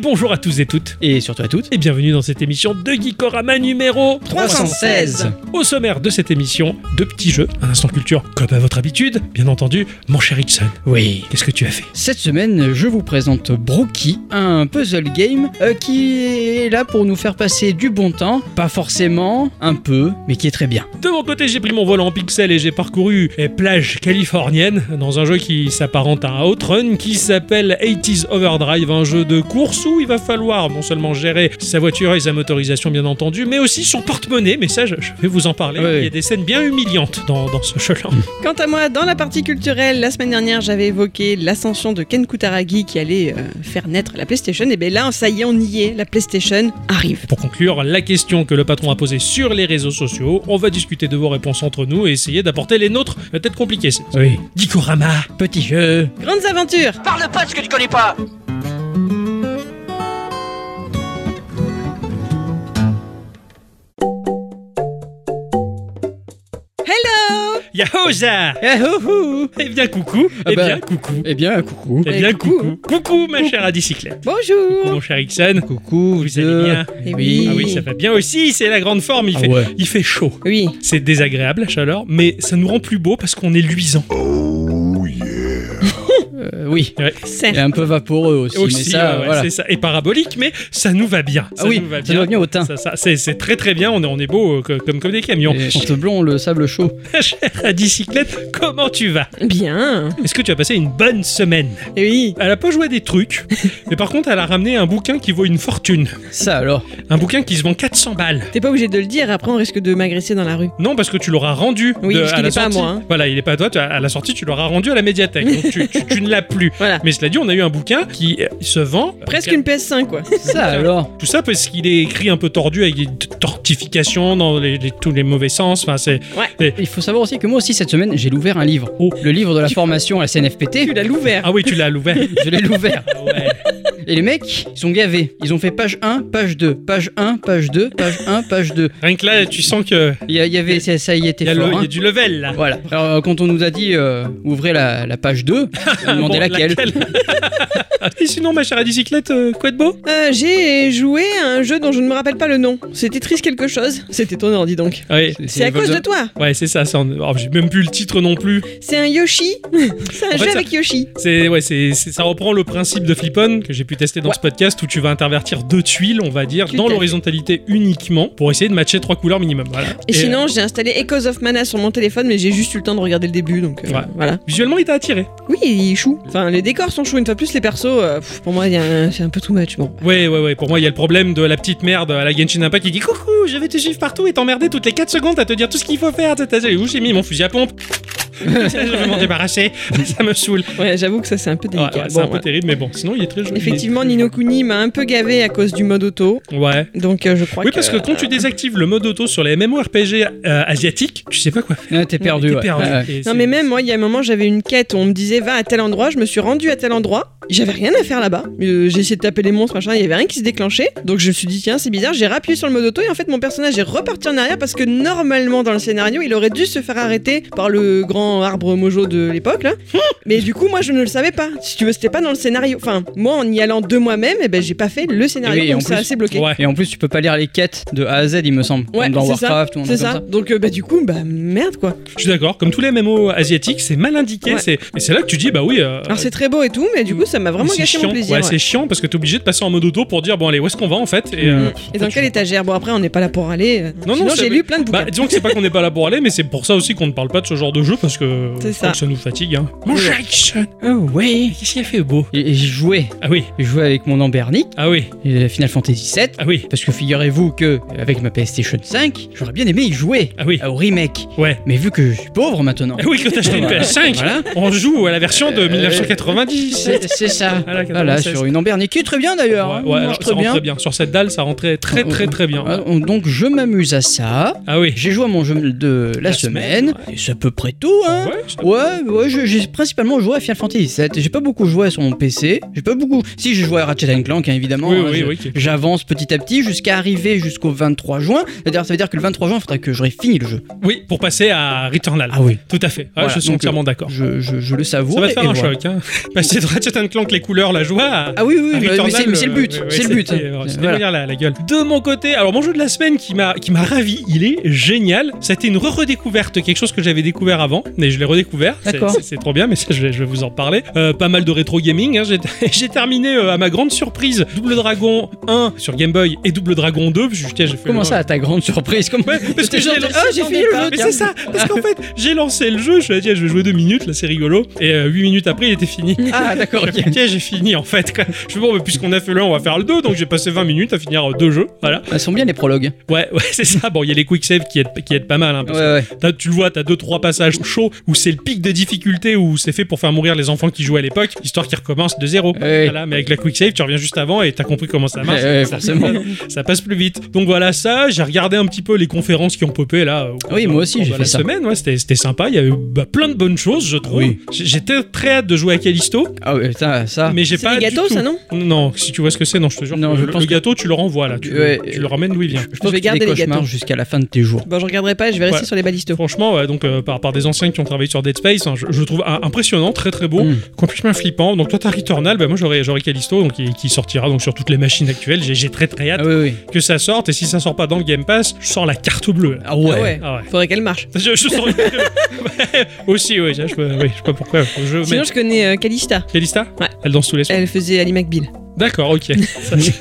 bonjour à tous et toutes. Et surtout à toutes. Et bienvenue dans cette émission de Geekorama numéro 316. Au sommaire de cette émission, deux petits jeux, un instant culture comme à votre habitude, bien entendu, mon cher Ixon. Oui. Qu'est-ce que tu as fait Cette semaine, je vous présente Brookie, un puzzle game euh, qui est là pour nous faire passer du bon temps, pas forcément, un peu, mais qui est très bien. De mon côté, j'ai pris mon vol en pixel et j'ai parcouru les plages californiennes dans un jeu qui s'apparente à un Outrun qui s'appelle 80s Overdrive, un jeu de course où il va falloir non seulement gérer sa voiture et sa motorisation, bien entendu, mais aussi son porte-monnaie. Mais ça, je, je vais vous en parler. Ouais. Il y a des scènes bien humiliantes dans, dans ce jeu-là. Mm. Quant à moi, dans la partie culturelle, la semaine dernière, j'avais évoqué l'ascension de Ken Kutaragi qui allait euh, faire naître la PlayStation. Et bien là, ça y est, on y est. La PlayStation arrive. Pour conclure, la question que le patron a posée sur les réseaux sociaux, on va discuter de vos réponses entre nous et essayer d'apporter les nôtres. Ça va être compliqué, c'est. Oui. Dikorama Petit jeu. Grandes aventures Parle pas de ce que tu connais pas Yahoza Eh, hou, hou. Eh bien coucou Ah Eh bah. bien coucou Eh bien, coucou. Eh Eh, bien coucou. coucou Coucou ma Coucou. chère Adicyclette Coucou Bonjour mon cher Ixon Coucou, Vous allez bien Eh euh, oui. Ah oui, ça va bien aussi, c'est la grande forme, il Ah fait, ouais. il fait chaud. Oui, C'est désagréable la chaleur, mais ça nous rend plus beau parce qu'on est luisant. Euh, oui. certes. Et un peu vaporeux aussi, mais Aussi, ça, ouais, ouais, voilà. c'est ça. Et parabolique, mais ça nous va bien. Ça Ah oui, nous va ça bien. doit venir au Hein. teint. Ça, ça, c'est, c'est très très bien, on est, on est beau euh, co- comme, comme des camions. Eh, Et Chante blond, le sable chaud. Chère Adicyclette, comment tu vas Bien. Est-ce que tu as passé une bonne semaine Eh oui. Elle a pas joué à des trucs, mais par contre elle a ramené un bouquin qui vaut une fortune. Ça alors. Un bouquin qui se vend 400 balles. T'es pas obligé de le dire, après on risque de m'agresser dans la rue. Non, parce que tu l'auras rendu. Oui, de- parce à qu'il la est pas à sortie. moi, hein. Voilà, il est pas à toi. tu- À la sortie, tu l'auras rendu à la médiathèque. Donc tu, tu- tu ne l'as plus. Voilà. Mais cela dit, on a eu un bouquin qui euh, se vend. Presque une PS5, quoi. Ça alors. Tout ça parce qu'il est écrit un peu tordu avec des t- tortifications dans les- les- tous les mauvais sens. Enfin, c'est. Il faut savoir aussi que moi aussi, cette semaine, j'ai l'ouvert un livre. Oh. Le livre de la Tu- formation à la Tu CNFPT. l'as l'ouvert. Ah oui, tu l'as l'ouvert. Ah Je l'ai l'ouvert. Ouais. Et les mecs, ils sont gavés. Ils ont fait page 1, page 2, page 1, page 2, page 1, page 2. Rien que là, tu sens que Il y, a- il y avait, ça, ça y il était y, a fort. le- il y hein. a du level là. Voilà. Alors, euh, quand on nous a dit euh, ouvrez la, la page 2, on a demandé Bon, laquelle. Et sinon, ma chère à bicyclette, euh, quoi de beau Euh, J'ai joué à un jeu dont je ne me rappelle pas le nom. C'était triste quelque chose. C'est étonnant, dis donc. Oui. C'est à cause de toi. Ouais, c'est ça. ça en- alors, J'ai même plus le titre non plus. C'est un Yoshi. C'est un En fait, jeu ça- avec Yoshi. C'est ouais, c'est c'est- ça reprend le principe de flip on que j'ai pu tester dans Ouais. ce podcast où tu vas intervertir deux tuiles, on va dire, Tout dans à fait. l'horizontalité uniquement pour essayer de matcher trois couleurs minimum. Voilà. Et, Et, euh, sinon, j'ai installé Echoes of Mana sur mon téléphone, mais j'ai juste eu le temps de regarder le début, donc euh, Ouais. voilà. euh, visuellement, il t'a attiré. Oui, il est chou. Enfin, les décors sont chou, une fois plus les persos. euh, pff, pour moi, il y a un- c'est un peu too much. Bon. Ouais, ouais, ouais. Pour moi, il y a le problème de la petite merde à la Genshin Impact qui dit Coucou, je vais te suivre partout et t'emmerder toutes les 4 secondes à te dire tout ce qu'il faut faire. etc. Où j'ai mis mon fusil à pompe Ça, Je vais m'en débarrasser. ça me saoule. Ouais, j'avoue que ça, c'est un peu Ouais, délicat. ouais, c'est Bon, un peu ouais. terrible, mais bon, sinon, il est très joli. Effectivement, Nino Kuni m'a un peu gavé à cause du mode auto, Ouais. donc euh, je crois Oui, que. parce que quand tu désactives le mode auto sur les MMORPG euh, asiatiques, tu sais pas quoi faire. Ouais, Ah, T'es perdu. T'es ouais. perdu. Ouais, ouais. Et Non, c'est- mais même moi, il y a un moment, j'avais une quête où on me disait va à tel endroit, je me suis rendu à tel endroit, j'avais rien à faire là-bas. Euh, j'ai essayé de taper les monstres, machin, il y avait rien qui se déclenchait, donc je me suis dit tiens, c'est bizarre, j'ai rappuyé sur le mode auto et en fait, mon personnage est reparti en arrière parce que normalement, dans le scénario, il aurait dû se faire arrêter par le grand arbre mojo de l'époque là. mais du coup, moi, je ne le savais pas. Si tu veux, c'était pas dans le scénario. Enfin, moi, en y allant de moi-même, eh ben, j'ai pas fait le scénario, Et oui, et en donc ça plus- a assez bloqué. Ouais. Et en plus, tu peux pas lire les quêtes de A à Z, il me semble. Ouais, Comme dans c'est ça, Warcraft ou un C'est truc ça. comme Donc euh, bah du coup bah merde quoi. Je suis d'accord, comme tous les MMO asiatiques, c'est mal indiqué, Ouais. c'est et c'est là que tu dis bah oui. euh, Alors c'est très beau et tout, mais du coup ça m'a vraiment c'est gâché chiant. mon plaisir. Ouais, ouais. c'est chiant parce que t'es obligé de passer en mode auto pour dire bon allez où est-ce qu'on va en fait et, euh, Mm. Et dans quelle étagère Bon, après, on n'est pas là pour aller. Non, Non, non, non, ça- j'ai lu plein de bouquins. bah, disons que c'est pas qu'on n'est pas là pour aller, mais c'est pour ça aussi qu'on ne parle pas de ce genre de jeu parce que, C'est je crois ça. que nous fatigue. Hein. Mon cher Ixon, ça. Oh, ouais. qu'est-ce qu'il a fait beau Et et j'ai joué. Ah oui, J'ai joué avec mon Ambernic, ah oui, et euh, Final Fantasy VII. ah oui, Parce que figurez-vous que, euh, avec ma PlayStation 5, j'aurais bien aimé y jouer. ah oui, Au remake. ouais. Mais vu que je suis pauvre maintenant. Ah oui, quand t'as acheté une PS5, Voilà. on joue à la version de Euh, 1997. C'est c'est ça. Ah, la Voilà, 96. sur une Ambernic qui est très bien d'ailleurs. hein, Ouais, ouais, mange alors, ça très rentre bien. très bien. Sur cette dalle, ça rentrait très très très bien. Ah, Donc je m'amuse à ça. Ah oui. J'ai joué à mon jeu de la, La semaine, semaine. et C'est à peu près tout. hein. Ouais, je- Ouais, ouais, je- j'ai principalement joué à Final Fantasy VII. J'ai pas beaucoup joué sur mon PC. J'ai pas beaucoup. Si, j'ai joué à Ratchet and Clank, hein, évidemment. oui, hein, oui, je- oui, qui- J'avance petit à petit jusqu'à arriver jusqu'au 23 juin. C'est-à-dire, ça veut dire que le 23 juin, il faudra que j'aurai fini le jeu. oui, pour passer à Returnal. oui. Tout à fait. Ah, Voilà, je suis donc, entièrement d'accord. Je, je- je le savoure. Ça va et- te faire et un voilà. choc. Hein. Passer de Ratchet Clank, les couleurs, la joie à- Ah oui, oui, à oui, mais c'est Returnal, mais c'est le but. euh, ouais, ouais, c'est le but. c'était, euh, hein. c'était Voilà. derrière la, la gueule. De mon côté, alors mon jeu de la semaine qui m'a qui m'a ravi, il est génial. C'était une redécouverte, quelque chose que j'avais découvert avant, mais je l'ai redécouvert. C'est- D'accord. C'est c'est trop bien, mais ça je vais, je vais vous en parler. Euh, pas mal de rétro gaming. hein. J'ai j'ai terminé euh, à ma grande surprise Double Dragon 1 sur Game Boy et Double Dragon 2. parce que, tiens, j'ai fait Comment le- ça, à ta grande surprise Comment Ouais, parce que J'étais j'ai genre, lancé ah, j'ai dans fini des le tas. jeu. mais tiens. c'est ça, parce qu'en fait, j'ai lancé le jeu, je me suis dit, ah, je vais jouer deux minutes, là c'est rigolo, et 8 minutes après, il était fini. Ah, d'accord, J'ai ok. fait, Tiens, j'ai fini en fait. quoi. Je fais, bon, mais puisqu'on a fait le 1, on va faire le 2, donc j'ai passé 20 minutes à finir euh, deux jeux. Voilà. Elles sont bien les prologues. Ouais, ouais, c'est ça. Bon, il y a les quick saves qui aident, qui aident pas mal. hein, Ouais, parce que ouais. t'as- tu le vois, t'as 2-3 passages chauds où c'est le pic de difficulté, où c'est fait pour faire mourir les enfants qui jouaient à l'époque, histoire qu'ils recommencent de zéro. Ouais. Voilà, mais avec la quick save, tu reviens juste avant et t'as compris comment ça marche. Ouais, ouais, Ça- forcément. ça passe plus vite. Donc voilà ça, j'ai regardé un petit peu les conférences qui ont popé là. au cours Oui, de- moi au aussi, cours j'ai de fait la ça. semaine, ouais, c'était c'était sympa, il y avait bah, plein de bonnes choses, je trouve. Oui. J'ai- J'étais très hâte de jouer à Callisto, Ah ouais, ça, ça. mais j'ai C'est pas des du gâteaux, tout- ça, non Non, si tu vois ce que c'est, non, je te jure. Non, que je le, pense le gâteau, tu le renvoies là. Tu, Ouais, tu le ramènes d'où il vient. Je pense que vais c'est garder des les cauchemars gâteaux. jusqu'à la fin de tes jours. Bon, je regarderai pas, je vais rester Ouais. sur les balistos. Franchement, ouais, donc euh, par, par des anciens qui ont travaillé sur Dead Space, hein, je, je trouve ah, impressionnant, très très beau, Mmh. Mm. complètement flippant. Donc toi, t'as Returnal, bah, moi j'aurais j'aurais Callisto, donc, qui, qui sortira donc sur toutes les machines actuelles. J'ai j'ai très très hâte Ah oui, oui. que ça sorte, et si ça sort pas dans le Game Pass, je sors la carte bleue. là. Ah ouais. Ah ouais. Ah ouais. Faudrait qu'elle marche. Je, je sors une- Ouais, Aussi, oui, je, je- oui, je sais pas pourquoi. Je mets- Sinon, je connais euh, Calista. Calista Ouais. Elle danse tous les soirs. Elle faisait Ali McBeal. D'accord, ok. Ça, c'est-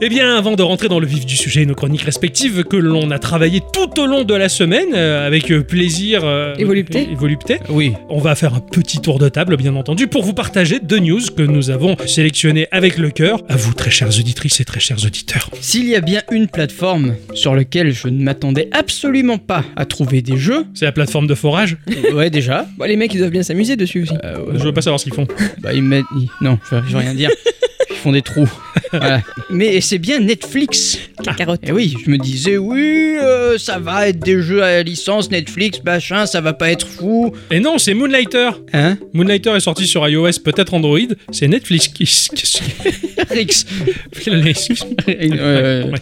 Eh bien, avant de rentrer dans le vif du sujet et nos chroniques respectives que l'on a travaillé tout au long de la semaine euh, avec euh, plaisir euh, Et volupté. et volupté, Oui. on va faire un petit tour de table, bien entendu, pour vous partager deux news que nous avons sélectionnées avec le cœur. À vous, très chères auditrices et très chers auditeurs. S'il y a bien une plateforme sur laquelle je ne m'attendais absolument pas à trouver des jeux, C'est la plateforme de forage. ouais déjà. Bon, les mecs, ils doivent bien s'amuser dessus aussi. Euh, Je veux pas savoir ce qu'ils font. bah, ils mettent, ils- non, je vais, je vais rien dire. Ils font des trous. Voilà. Mais c'est bien Netflix. La carotte. Et Eh oui, je me disais oui, euh, ça va être des jeux à licence Netflix, machin, ça va pas être fou. Et non, c'est Moonlighter. Hein Moonlighter est sorti sur iOS, peut-être Android. C'est Netflix qui, qui- Rix. qui- Ouais, Euh, ouais.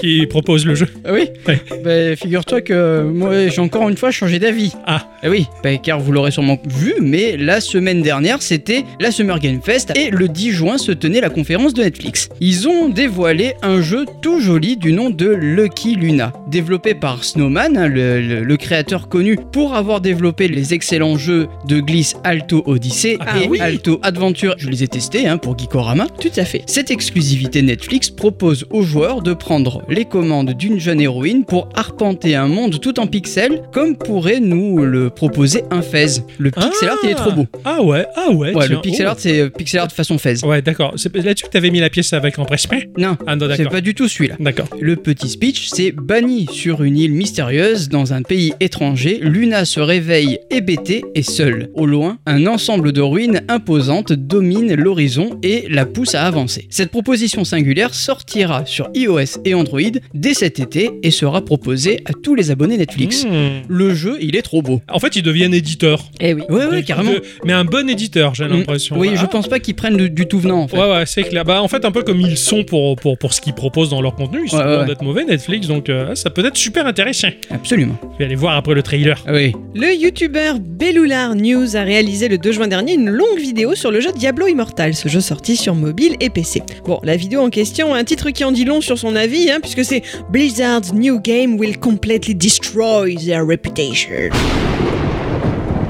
qui propose le jeu. Ah Oui Ouais. Bah, figure-toi que moi, j'ai encore une fois changé d'avis. Ah. oui, bah, car vous l'aurez sûrement vu, mais la semaine dernière, c'était la Summer Game Fest et le 10 juin se tenait la conférence de Netflix. Ils ont dévoilé un jeu tout joli du nom de Lucky Luna, développé par Snowman, hein, le, le- le créateur connu pour avoir développé les excellents jeux de glisse Alto Odyssey Ah et oui. Alto Adventure. Je les ai testés hein, pour Geekorama. Tout à fait. Cette exclusivité Netflix propose aux joueurs de prendre les commandes d'une jeune héroïne pour arpenter un monde tout en pixels, comme pourrait nous le proposer un Fez. Le pixel art, il est trop beau. Ah ouais, ah ouais. Ouais, tiens, le pixel oh. art, c'est euh, pixel art façon Fez. Ouais, d'accord. C'est là-dessus que t'avais mis la pièce avec l'empressement Non, Ah non, c'est d'accord. pas du tout celui-là. D'accord. Le petit speech, c'est banni sur une île mystérieuse dans un pays étranger. Luna se réveille hébétée et seule. Au loin, un ensemble de ruines imposantes domine l'horizon et la pousse à avancer. Cette proposition singulière sortira sur iOS et Android dès cet été et sera proposée à tous les abonnés Netflix. Hmm. Le jeu, il est trop beau. En fait, ils deviennent éditeurs. Eh oui. Ah Ouais, ouais, Des- carrément. Hmm. de- mais un bon éditeur, j'ai l'impression. Oui, Ah, je pense pas qu'ils prennent du, du tout venant en fait. Ouais, ouais, c'est clair. Bah, en fait, un peu comme ils sont pour, pour, pour ce qu'ils proposent dans leur contenu, ils sont Ouais, ouais, loin ouais. d'être mauvais, Netflix, donc euh, ça peut être super intéressant. Absolument. Je vais aller voir après le trailer. Ah Oui. Le youtubeur Bellular News a réalisé le 2 juin dernier une longue vidéo sur le jeu Diablo Immortal, ce jeu sorti sur mobile et PC. Bon, la vidéo en question a un titre qui en dit long sur son avis, hein, puisque c'est Blizzard's new game will completely destroy their reputation.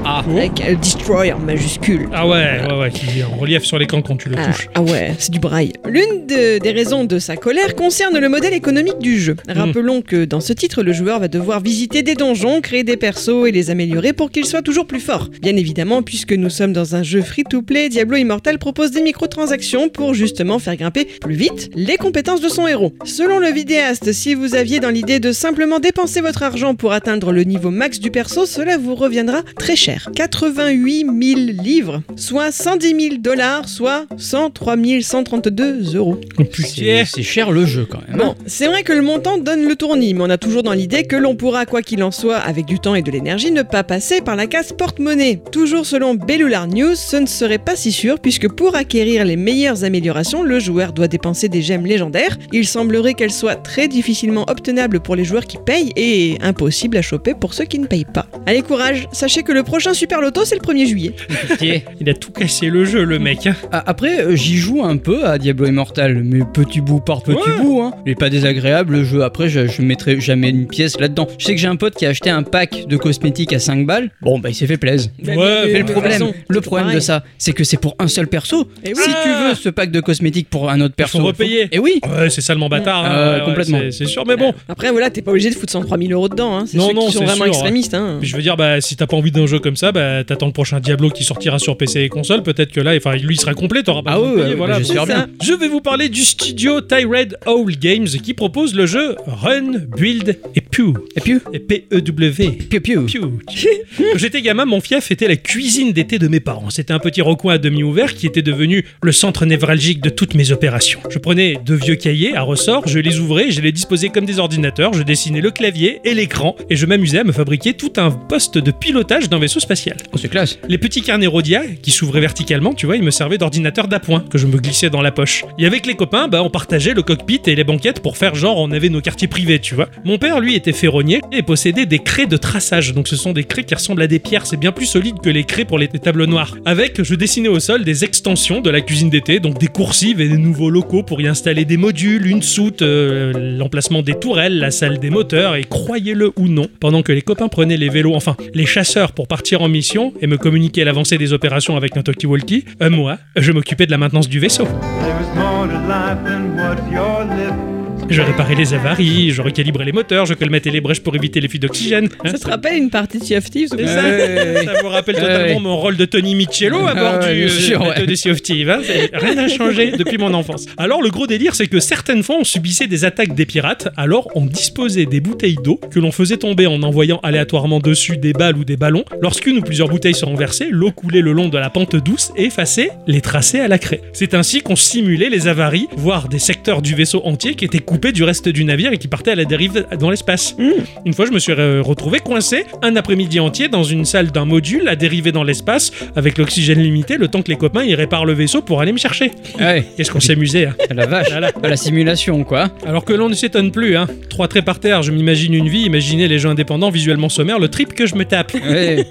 Ah. Avec euh, destroy en majuscule. Ah ouais, ouais, ouais, qui est en relief sur l'écran quand tu le Ah, touches. ah ouais, c'est du braille. L'une de- des raisons de sa colère concerne le modèle économique du jeu. Rappelons que dans ce titre, le joueur va devoir visiter des donjons, créer des persos et les améliorer pour qu'ils soient toujours plus forts. Bien évidemment, puisque nous sommes dans un jeu free-to-play, Diablo Immortal propose des microtransactions pour justement faire grimper plus vite les compétences de son héros. Selon le vidéaste, si vous aviez dans l'idée de simplement dépenser votre argent pour atteindre le niveau max du perso, cela vous reviendra très cher. 88 000 livres, soit 110 000 dollars, soit 103 132 euros. Oh, C'est putain. c'est cher le jeu quand même. hein. Bon, Bah, c'est vrai que le montant donne le tournis, mais on a toujours dans l'idée que l'on pourra, quoi qu'il en soit, avec du temps et de l'énergie, ne pas passer par la case porte-monnaie. Toujours selon Bellular News, ce ne serait pas si sûr, puisque pour acquérir les meilleures améliorations, le joueur doit dépenser des gemmes légendaires. Il semblerait qu'elles soient très difficilement obtenables pour les joueurs qui payent et impossibles à choper pour ceux qui ne payent pas. Allez, courage, sachez que le prochain Super Loto, c'est le 1er juillet. Pitié. Il a tout cassé le jeu, le mec. hein. Ah, Après, euh, j'y joue un peu à Diablo Immortal, mais petit bout par petit Ouais. bout. Hein. Il est pas désagréable le jeu. Après, je, je mettrai jamais une pièce là-dedans. Je sais que j'ai un pote qui a acheté un pack de cosmétiques à 5 balles. Bon, bah il s'est fait plaisir. Ouais, mais Mais de le toute problème, façon, le c'est problème pareil. de ça, c'est que c'est pour un seul perso. Eh oui. Si tu Ah. veux ce pack de cosmétiques pour un autre perso, faut repayer. Et oui. Ouais, c'est salement bâtard. hein. Euh, Ouais, ouais, complètement. c'est- C'est sûr, mais Ah bon. Après, voilà, t'es pas obligé de foutre 103 000 euros dedans, hein. c'est Non, ceux non, qui sont c'est vraiment sûr, extrémistes. hein. Puis je veux dire, bah, si t'as pas envie d'un jeu comme ça, bah, t'attends le prochain Diablo qui sortira sur PC et console. Peut-être que là, enfin, lui, il sera complet, t'auras pas Ah besoin de ouais, payer, ouais, voilà. bah, j'espère C'est bien. ça. Je vais vous parler du studio Tired Owl Games qui propose le jeu Run, Build et Pew. Et puis, Et E P-E-W. piou piou. Piou. Quand j'étais gamin, mon fief était la cuisine d'été de mes parents. C'était un petit recoin à demi ouvert qui était devenu le centre névralgique de toutes mes opérations. Je prenais deux vieux cahiers à ressort, je les ouvrais, je les disposais comme des ordinateurs, je dessinais le clavier et l'écran, et je m'amusais à me fabriquer tout un poste de pilotage d'un vaisseau spatial. Oh, c'est classe. Les petits carnets Rodia qui s'ouvraient verticalement, tu vois, ils me servaient d'ordinateur d'appoint que je me glissais dans la poche. Et avec les copains, bah, on partageait le cockpit et les banquettes pour faire genre on avait nos quartiers privés, tu vois. Mon père, lui, était ferronnier et possédait des craies de traçage, donc ce sont des craies qui ressemblent à des pierres, c'est bien plus solide que les craies pour les tables noires. Avec, je dessinais au sol des extensions de la cuisine d'été, donc des coursives et des nouveaux locaux pour y installer des modules, une soute, euh, l'emplacement des tourelles, la salle des moteurs, et croyez-le ou non, pendant que les copains prenaient les vélos, enfin, les chasseurs pour partir en mission et me communiquer l'avancée des opérations avec un talkie-walkie, euh, moi, je m'occupais de la maintenance du vaisseau. There is more to life than what's your lips. Je réparais les avaries, je recalibrais les moteurs, je colmatais les brèches pour éviter les fuites d'oxygène. Ça te rappelle une partie de Sea of Thieves ou C'est pas ça. Ouais. Ça vous rappelle Ouais, totalement ouais. mon rôle de Tony Michello à bord Ah ouais, du bien sûr, euh, bateau ouais. de Sea of Thieves, hein. C'est- Rien n'a changé depuis mon enfance. Alors, le gros délire, c'est que certaines fois, on subissait des attaques des pirates. Alors, on disposait des bouteilles d'eau que l'on faisait tomber en envoyant aléatoirement dessus des balles ou des ballons. Lorsqu'une ou plusieurs bouteilles se renversaient, l'eau coulait le long de la pente douce et effaçait les tracés à la craie. C'est ainsi qu'on simulait les avaries, voire des secteurs du vaisseau entier qui étaient coupés du reste du navire et qui partaient à la dérive dans l'espace. Hmm. Une fois, je me suis euh, retrouvé coincé un après-midi entier dans une salle d'un module à dériver dans l'espace avec l'oxygène limité, le temps que les copains y réparent le vaisseau pour aller me chercher. Ouais. Ah, Qu'est-ce qu'on s'amusait hein. La vache. Voilà. À la simulation, quoi. Alors que l'on ne s'étonne plus, hein. Trois traits par terre, je m'imagine une vie, imaginez les jeux indépendants visuellement sommaires, le trip que je me tape. Ouais.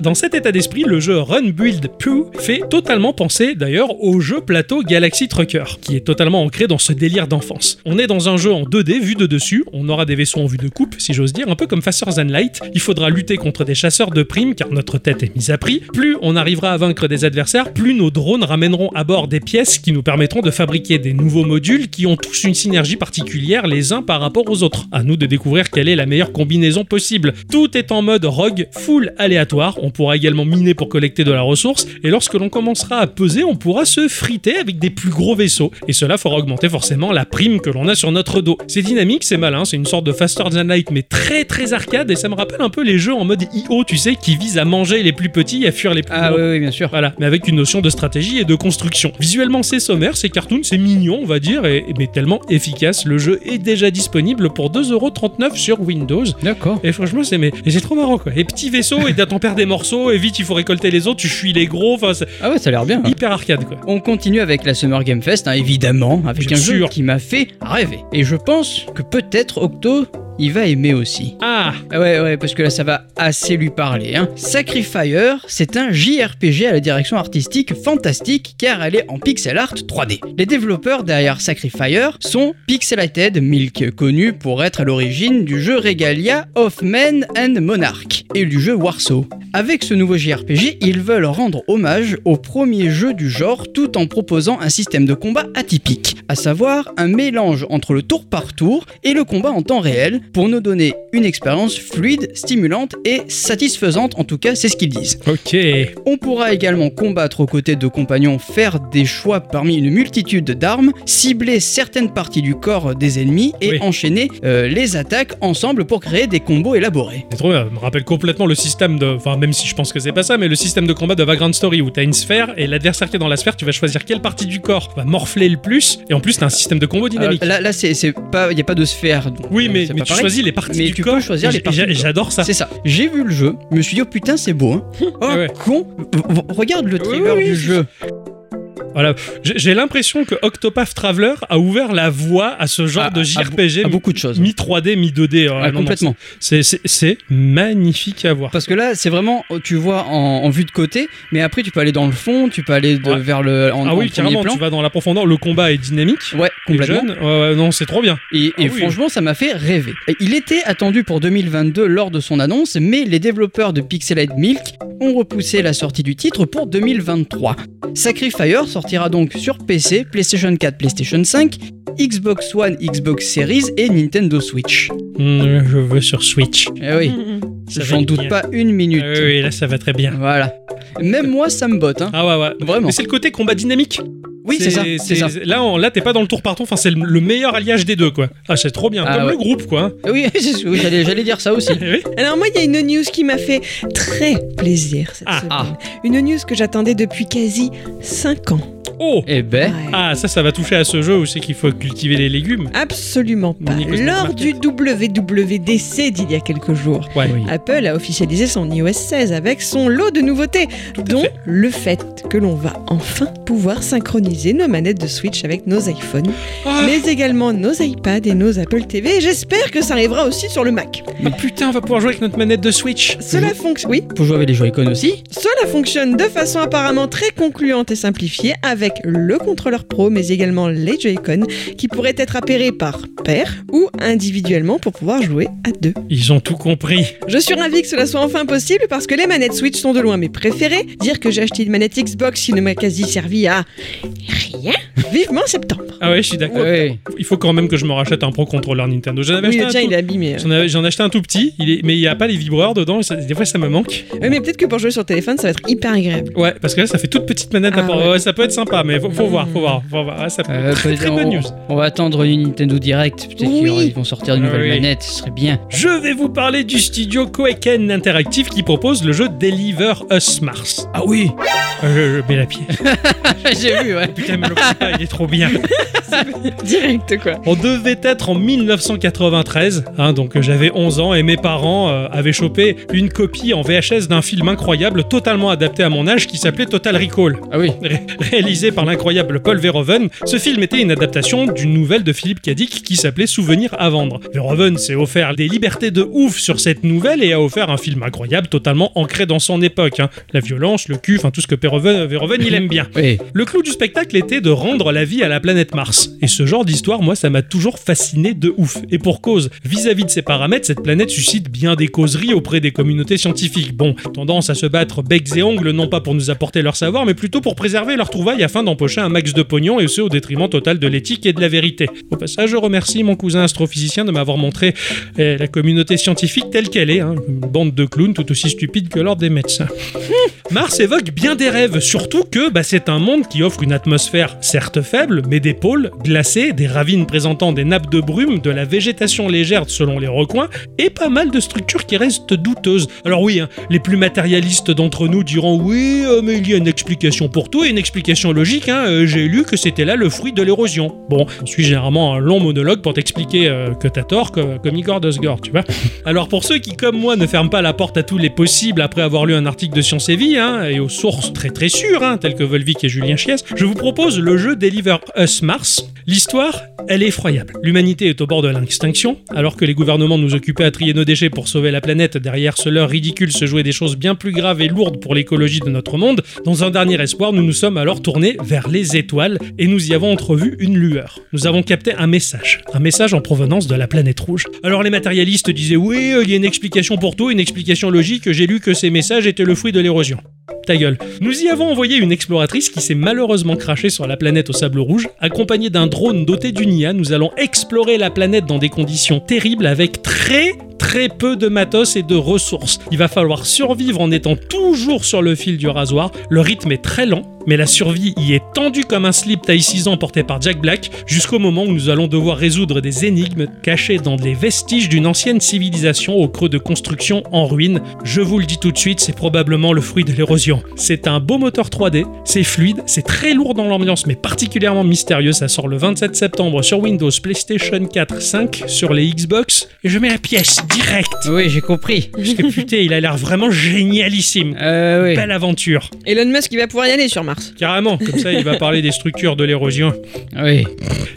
Dans cet état d'esprit, le jeu Run Build Poo fait totalement penser d'ailleurs au jeu plateau Galaxy Trucker, qui est totalement ancré dans ce délire d'enfance. On est dans un jeu en 2D vu de dessus, on aura des vaisseaux en vue de coupe, si j'ose dire, un peu comme Faster Than Light. Il faudra lutter contre des chasseurs de primes car notre tête est mise à prix. Plus on arrivera à vaincre des adversaires, plus nos drones ramèneront à bord des pièces qui nous permettront de fabriquer des nouveaux modules qui ont tous une synergie particulière les uns par rapport aux autres. À nous de découvrir quelle est la meilleure combinaison possible. Tout est en mode rogue full aléatoire. On pourra également miner pour collecter de la ressource. Et lorsque l'on commencera à peser, on pourra se friter avec des plus gros vaisseaux. Et cela fera augmenter forcément la prime que l'on a sur notre dos. C'est dynamique, c'est malin. C'est une sorte de Faster Than Light, mais très très arcade. Et ça me rappelle un peu les jeux en mode IO, tu sais, qui visent à manger les plus petits et à fuir les plus Ah gros. oui, oui, bien sûr. Voilà, mais avec une notion de stratégie et de construction. Visuellement, c'est sommaire, c'est cartoon, c'est mignon, on va dire, et, mais tellement efficace. Le jeu est déjà disponible pour 2,39€ sur Windows. D'accord. Et franchement, c'est mais et c'est trop marrant quoi. Et petit vaisseau, et t'en perds des morceaux, et vite il faut récolter les autres, tu fuis les gros, enfin c'est Ah ouais, ça a l'air bien. hyper arcade quoi. On continue avec la Summer Game Fest, hein, évidemment, avec Bien un jeu sûr. qui m'a fait rêver. Et je pense que peut-être Octo, il va aimer aussi. Ah, Ah Ouais, ouais, parce que là, ça va assez lui parler. Hein. Sacrifier, c'est un JRPG à la direction artistique fantastique, car elle est en pixel art 3D. Les développeurs derrière Sacrifier sont Pixelated Milk, connu pour être à l'origine du jeu Regalia of Men and Monarch, et du jeu Warsaw. Avec ce nouveau JRPG, ils veulent rendre hommage au premier jeu du genre tout en proposant un système de combat atypique, à savoir un mélange entre le tour par tour et le combat en temps réel, pour nous donner une expérience fluide, stimulante et satisfaisante, en tout cas c'est ce qu'ils disent. Ok. On pourra également combattre aux côtés de compagnons, faire des choix parmi une multitude d'armes, cibler certaines parties du corps des ennemis et Oui. enchaîner euh, les attaques ensemble pour créer des combos élaborés. C'est trop bien, ça me rappelle complètement le système de. Enfin, même si je pense que c'est pas ça, mais le système de combat de Vagrant Story où t'as une sphère et l'adversaire qui est dans la sphère, tu vas choisir quelle partie du corps va morfler le plus. Et en plus, t'as un système de combo Alors, dynamique. Euh, là, là, c'est c'est pas, il y a pas de sphère. donc, oui, euh, mais, c'est mais pas tu pareil. choisis les parties Mais du tu peux corps. choisir et les j- parties j'a- du corps. J'adore ça. C'est ça. J'ai vu le jeu, je me suis dit oh putain c'est beau. Hein. Oh Ah ouais. con, v- v- regarde le Oui, trailer oui, du c'est jeu. Voilà. J'ai j'ai l'impression que Octopath Traveler a ouvert la voie à ce genre Ah, de ah, JRPG ah, beaucoup de choses. mi 3D, mi 2D. euh, Ah, non, non, complètement. c'est- c'est- C'est magnifique à voir. Parce que là, c'est vraiment, tu vois en, en vue de côté, mais après tu peux aller dans le fond, tu peux aller de- Ouais. vers le en, ah en oui, premier carrément, plan. tu vas dans la profondeur, le combat est dynamique. Ouais, et complètement. jeune. Ouais, ouais, non, c'est trop bien. Et, et Ah oui. franchement, ça m'a fait rêver. Et Il était attendu pour 2022 lors de son annonce, mais les développeurs de Pixelate Milk ont repoussé la sortie du titre pour 2023. Sacrifier sortira donc sur PC, PlayStation 4, PlayStation 5, Xbox One, Xbox Series et Nintendo Switch. Euh, Hmm, je veux sur Switch. Eh oui, Mhm. Hum, Ça va j'en être doute bien. pas une minute. Ah oui, oui, là, ça va très bien. Voilà. Même moi, ça me botte. Hein. Ah ouais, ouais. Vraiment. Mais c'est le côté combat dynamique. Oui, c'est ça. C'est ça. Là, on- là, t'es pas dans le tour par tour. Enfin, c'est le, le meilleur alliage des deux, quoi. Ah, c'est trop bien. Ah Comme ouais. le groupe, quoi. Oui, c'est- oui, j'allais j'allais dire ça aussi. Eh oui. Alors moi, il y a une news qui m'a fait très plaisir cette Ah, semaine. ah. Une news que j'attendais depuis quasi 5 ans. Oh Eh ben, Ouais. Ah, ça, ça va toucher à ce jeu où c'est qu'il faut cultiver les légumes. Absolument pas. Mini Cosmo Lors du WWDC d'il y a quelques jours, Ouais. Oui. Apple a officialisé son iOS 16 avec son lot de nouveautés, dont fait. le fait que l'on va enfin pouvoir synchroniser nos manettes de Switch avec nos iPhones, Ah, mais également nos iPads et nos Apple TV. Et J'espère que ça arrivera aussi sur le Mac. ah, putain, on va pouvoir jouer avec notre manette de Switch. Cela fonctionne. Oui, faut jouer avec les Joy-Con aussi. Cela fonctionne de façon apparemment très concluante et simplifiée avec le contrôleur pro mais également les Joy-Con qui pourraient être appairés par paire ou individuellement pour pouvoir jouer à deux. Ils ont tout compris. Je suis ravie que cela soit enfin possible parce que les manettes Switch sont de loin mes préférées. Dire que j'ai acheté une manette Xbox qui ne m'a quasi servi à rien. Vivement septembre. Ah ouais, je suis d'accord. Ouais. Il faut quand même que je me rachète un pro contrôleur Nintendo. J'en avais Oui, acheté le un tien tout- il est abîmé. hein. J'en avais- j'en ai acheté un tout petit, il est- mais il n'y a pas les vibreurs dedans, et ça- des fois ça me manque. Oui, mais peut-être que pour jouer sur téléphone ça va être hyper agréable. Ouais, parce que là ça fait toute petite manette, Ah à part- ouais. ouais, ça peut être sympa, mais faut, faut voir, faut voir. Faut voir. Ah, ça peut Euh, très, peut- très on, bonne news. on va attendre une Nintendo Direct. Peut-être qu'ils Oui. auront- ils vont sortir une nouvelle Oui. manette, ce serait bien. Je vais vous parler du studio Koeken Interactive qui propose le jeu Deliver Us Mars. Ah oui Euh, je, je mets la pièce. Ah, J'ai vu, ouais. Putain, mais le combat, il est trop bien. Direct quoi. On devait être en 1993, hein, donc euh, j'avais 11 ans et mes parents euh, avaient chopé une copie en VHS d'un film incroyable totalement adapté à mon âge qui s'appelait Total Recall. Ah oui. Ré- réalisé par l'incroyable Paul Verhoeven, ce film était une adaptation d'une nouvelle de Philippe Dick qui s'appelait Souvenir à vendre. Verhoeven s'est offert des libertés de ouf sur cette nouvelle et a offert un film incroyable totalement ancré dans son époque. hein. La violence, le cul, enfin tout ce que Verhoeven, Verhoeven il aime bien. Oui. Le clou du spectacle était de rendre la vie à la planète Mars. Et ce genre d'histoire, moi, ça m'a toujours fasciné de ouf. Et pour cause, vis-à-vis de ces paramètres, cette planète suscite bien des causeries auprès des communautés scientifiques. Bon, tendance à se battre becs et ongles, non pas pour nous apporter leur savoir, mais plutôt pour préserver leur trouvaille afin d'empocher un max de pognon, et ce au détriment total de l'éthique et de la vérité. Au passage, je remercie mon cousin astrophysicien de m'avoir montré euh, la communauté scientifique telle qu'elle est, hein. une bande de clowns tout aussi stupides que l'ordre des médecins. Mars évoque bien des rêves, surtout que bah, c'est un monde qui offre une atmosphère certes faible, mais des pôles glacés, des ravines présentant des nappes de brume, de la végétation légère selon les recoins, et pas mal de structures qui restent douteuses. Alors oui, hein, les plus matérialistes d'entre nous diront oui, euh, mais il y a une explication pour tout et une explication logique. hein, euh, J'ai lu que c'était là le fruit de l'érosion. Bon, on suit généralement un long monologue pour t'expliquer euh, que t'as tort, comme, comme Igor Dosgor, tu vois. Alors pour ceux qui, comme moi, ne ferment pas la porte à tous les possibles après avoir lu un article de Science et Vie, hein, et aux sources très très sûres, hein, telles que Volvic et Julien Chies, je vous propose le jeu Deliver Us Mars. L'histoire, elle est effroyable. L'humanité est au bord de l'extinction, alors que les gouvernements nous occupaient à trier nos déchets pour sauver la planète, derrière ce leurre ridicule se jouaient des choses bien plus graves et lourdes pour l'écologie de notre monde, dans un dernier espoir, nous nous sommes alors tournés vers les étoiles, et nous y avons entrevu une lueur. Nous avons capté un message, un message en provenance de la planète rouge. Alors les matérialistes disaient oui, euh, il y a une explication pour tout, une explication logique, j'ai lu que ces messages étaient le fruit de l'érosion. ta gueule. Nous y avons envoyé une exploratrice qui s'est malheureusement crachée sur la planète au sable rouge. Accompagnée d'un drone doté d'une IA, nous allons explorer la planète dans des conditions terribles avec très très peu de matos et de ressources. Il va falloir survivre en étant toujours sur le fil du rasoir. Le rythme est très lent, mais la survie y est tendue comme un slip taille 6 ans porté par Jack Black, jusqu'au moment où nous allons devoir résoudre des énigmes cachées dans les vestiges d'une ancienne civilisation au creux de constructions en ruine. Je vous le dis tout de suite, c'est probablement le fruit de l'érosion. C'est un beau moteur 3D, c'est fluide, c'est très lourd dans l'ambiance, mais particulièrement mystérieux. Ça sort le 27 septembre sur Windows, PlayStation 4, 5, sur les Xbox. Et je mets la pièce direct Oui, j'ai compris. parce que putain, il a l'air vraiment génialissime. Euh, oui. Belle aventure. Elon Musk, il va pouvoir y aller sur Mars. Carrément, comme ça il va parler des structures de l'érosion. Oui.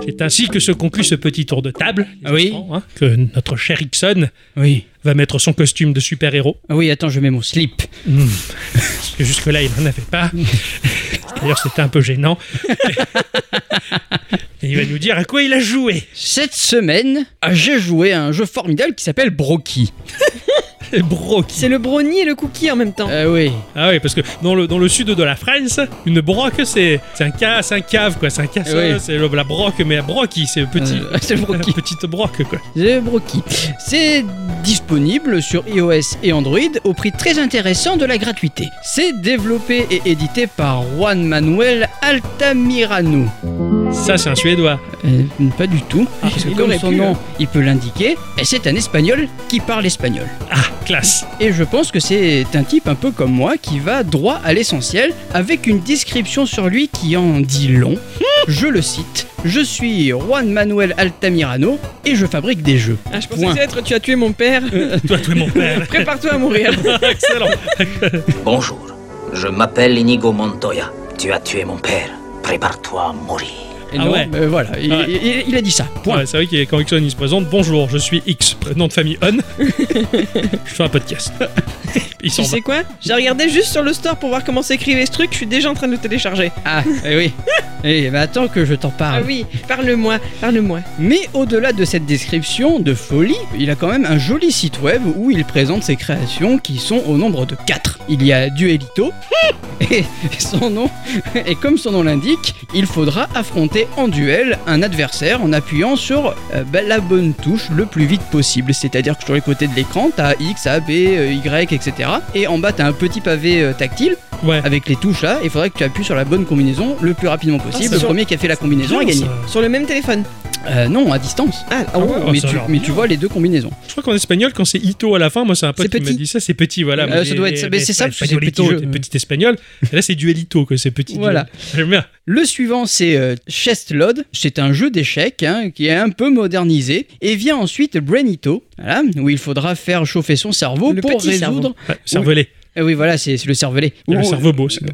C'est ainsi que se conclut ce petit tour de table, les Oui. enfants, hein, que notre cher Ixon Oui. va mettre son costume de super-héros. Ah Oui, attends, je mets mon slip. Parce que jusque-là, il n'en avait pas. D'ailleurs, c'était un peu gênant. Et il va nous dire à quoi il a joué. Cette semaine, ah, j'ai joué à un jeu formidable qui s'appelle Brocky. Broc. C'est le brownie et le cookie en même temps. Ah oui. Ah oui, parce que dans le, dans le sud de la France, une broque, c'est c'est un, ca- c'est un cave, quoi. C'est un casseur, Oui. c'est le- la broque, mais la broquille, c'est le petit. Euh, c'est Brocky. Petite broque, quoi. The Brocky. C'est disponible sur iOS et Android au prix très intéressant de la gratuité. C'est développé et édité par Juan Manuel Altamirano. Ça, c'est un suédois. Euh, pas du tout. Ah, parce que il comme aurait son pu, nom, hein. il peut l'indiquer. Et C'est un espagnol qui parle espagnol. Ah, classe. Et je pense que c'est un type un peu comme moi qui va droit à l'essentiel avec une description sur lui qui en dit long. Je le cite. Je suis Juan Manuel Altamirano et je fabrique des jeux. Ah, je pensais Point. que ça allait être tu as tué mon père. Toi, tu es mon père. Prépare-toi à mourir. Excellent. Bonjour, je m'appelle Inigo Montoya. Tu as tué mon père. Prépare-toi à mourir. Et Ah non, ouais. euh, voilà, il, Ah ouais. il- il a dit ça. Point. Ouais, c'est vrai que quand Ixon il se présente, bonjour, je suis X, prénom de famille On. je fais un podcast. Il s'en Tu va. sais quoi J'ai regardé juste sur le store pour voir comment s'écrivait ce truc, je suis déjà en train de le télécharger. Ah eh oui. Eh, bah attends que je t'en Ah, parle. oui, parle-moi, parle-moi. Mais au-delà de cette description de folie, il a quand même un joli site web où il présente ses créations qui sont au nombre de 4. Il y a Duelito, et son nom, et comme son nom l'indique, il faudra affronter en duel un adversaire en appuyant sur euh, bah, la bonne touche le plus vite possible. C'est-à-dire que sur les côtés de l'écran, t'as X, A, B, euh, Y, etc. Et en bas, t'as un petit pavé euh, tactile Ouais. avec les touches là, et il faudra que tu appuies sur la bonne combinaison le plus rapidement possible. Ah, c'est le sûr. premier qui a fait la combinaison a Bien, gagné. ça. Sur le même téléphone. Euh, non, à distance. Ah, Ah ouais, mais, ça a tu, l'air mais bien. tu vois les deux combinaisons. Je crois qu'en espagnol, quand c'est Ito à la fin, moi c'est un pote C'est qui m'a petit. dit ça, c'est petit, voilà. Euh, Mais ça les- doit être ça, les- mais c'est les- ça, les parce que c'est espagnolito, petit jeu. t'es petit espagnol. Et là, c'est duelito, que c'est petit. Voilà. J'aime bien. Le suivant, c'est euh, Chestlod. C'est un jeu d'échecs hein, qui est un peu modernisé. Et vient ensuite Brainito, voilà, où il faudra faire chauffer son cerveau Le pour petit résoudre. cerveau. Ouais, cervelet. Eh oui, voilà, c'est c'est le cervelet. Il y a Où- Le cerveau beau, sinon.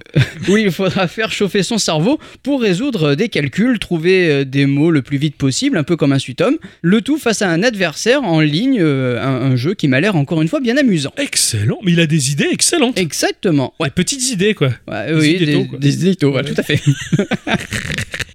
Oui, il faudra faire chauffer son cerveau pour résoudre euh, des calculs, trouver euh, des mots le plus vite possible, un peu comme un sutum. Le tout face à un adversaire en ligne, euh, un, un jeu qui m'a l'air encore une fois bien amusant. Excellent. Mais il a des idées excellentes. Exactement. Des petites idées, quoi. Ouais, oui, idées des, tôt, quoi. des idées tôt, voilà, Ouais. tout à fait.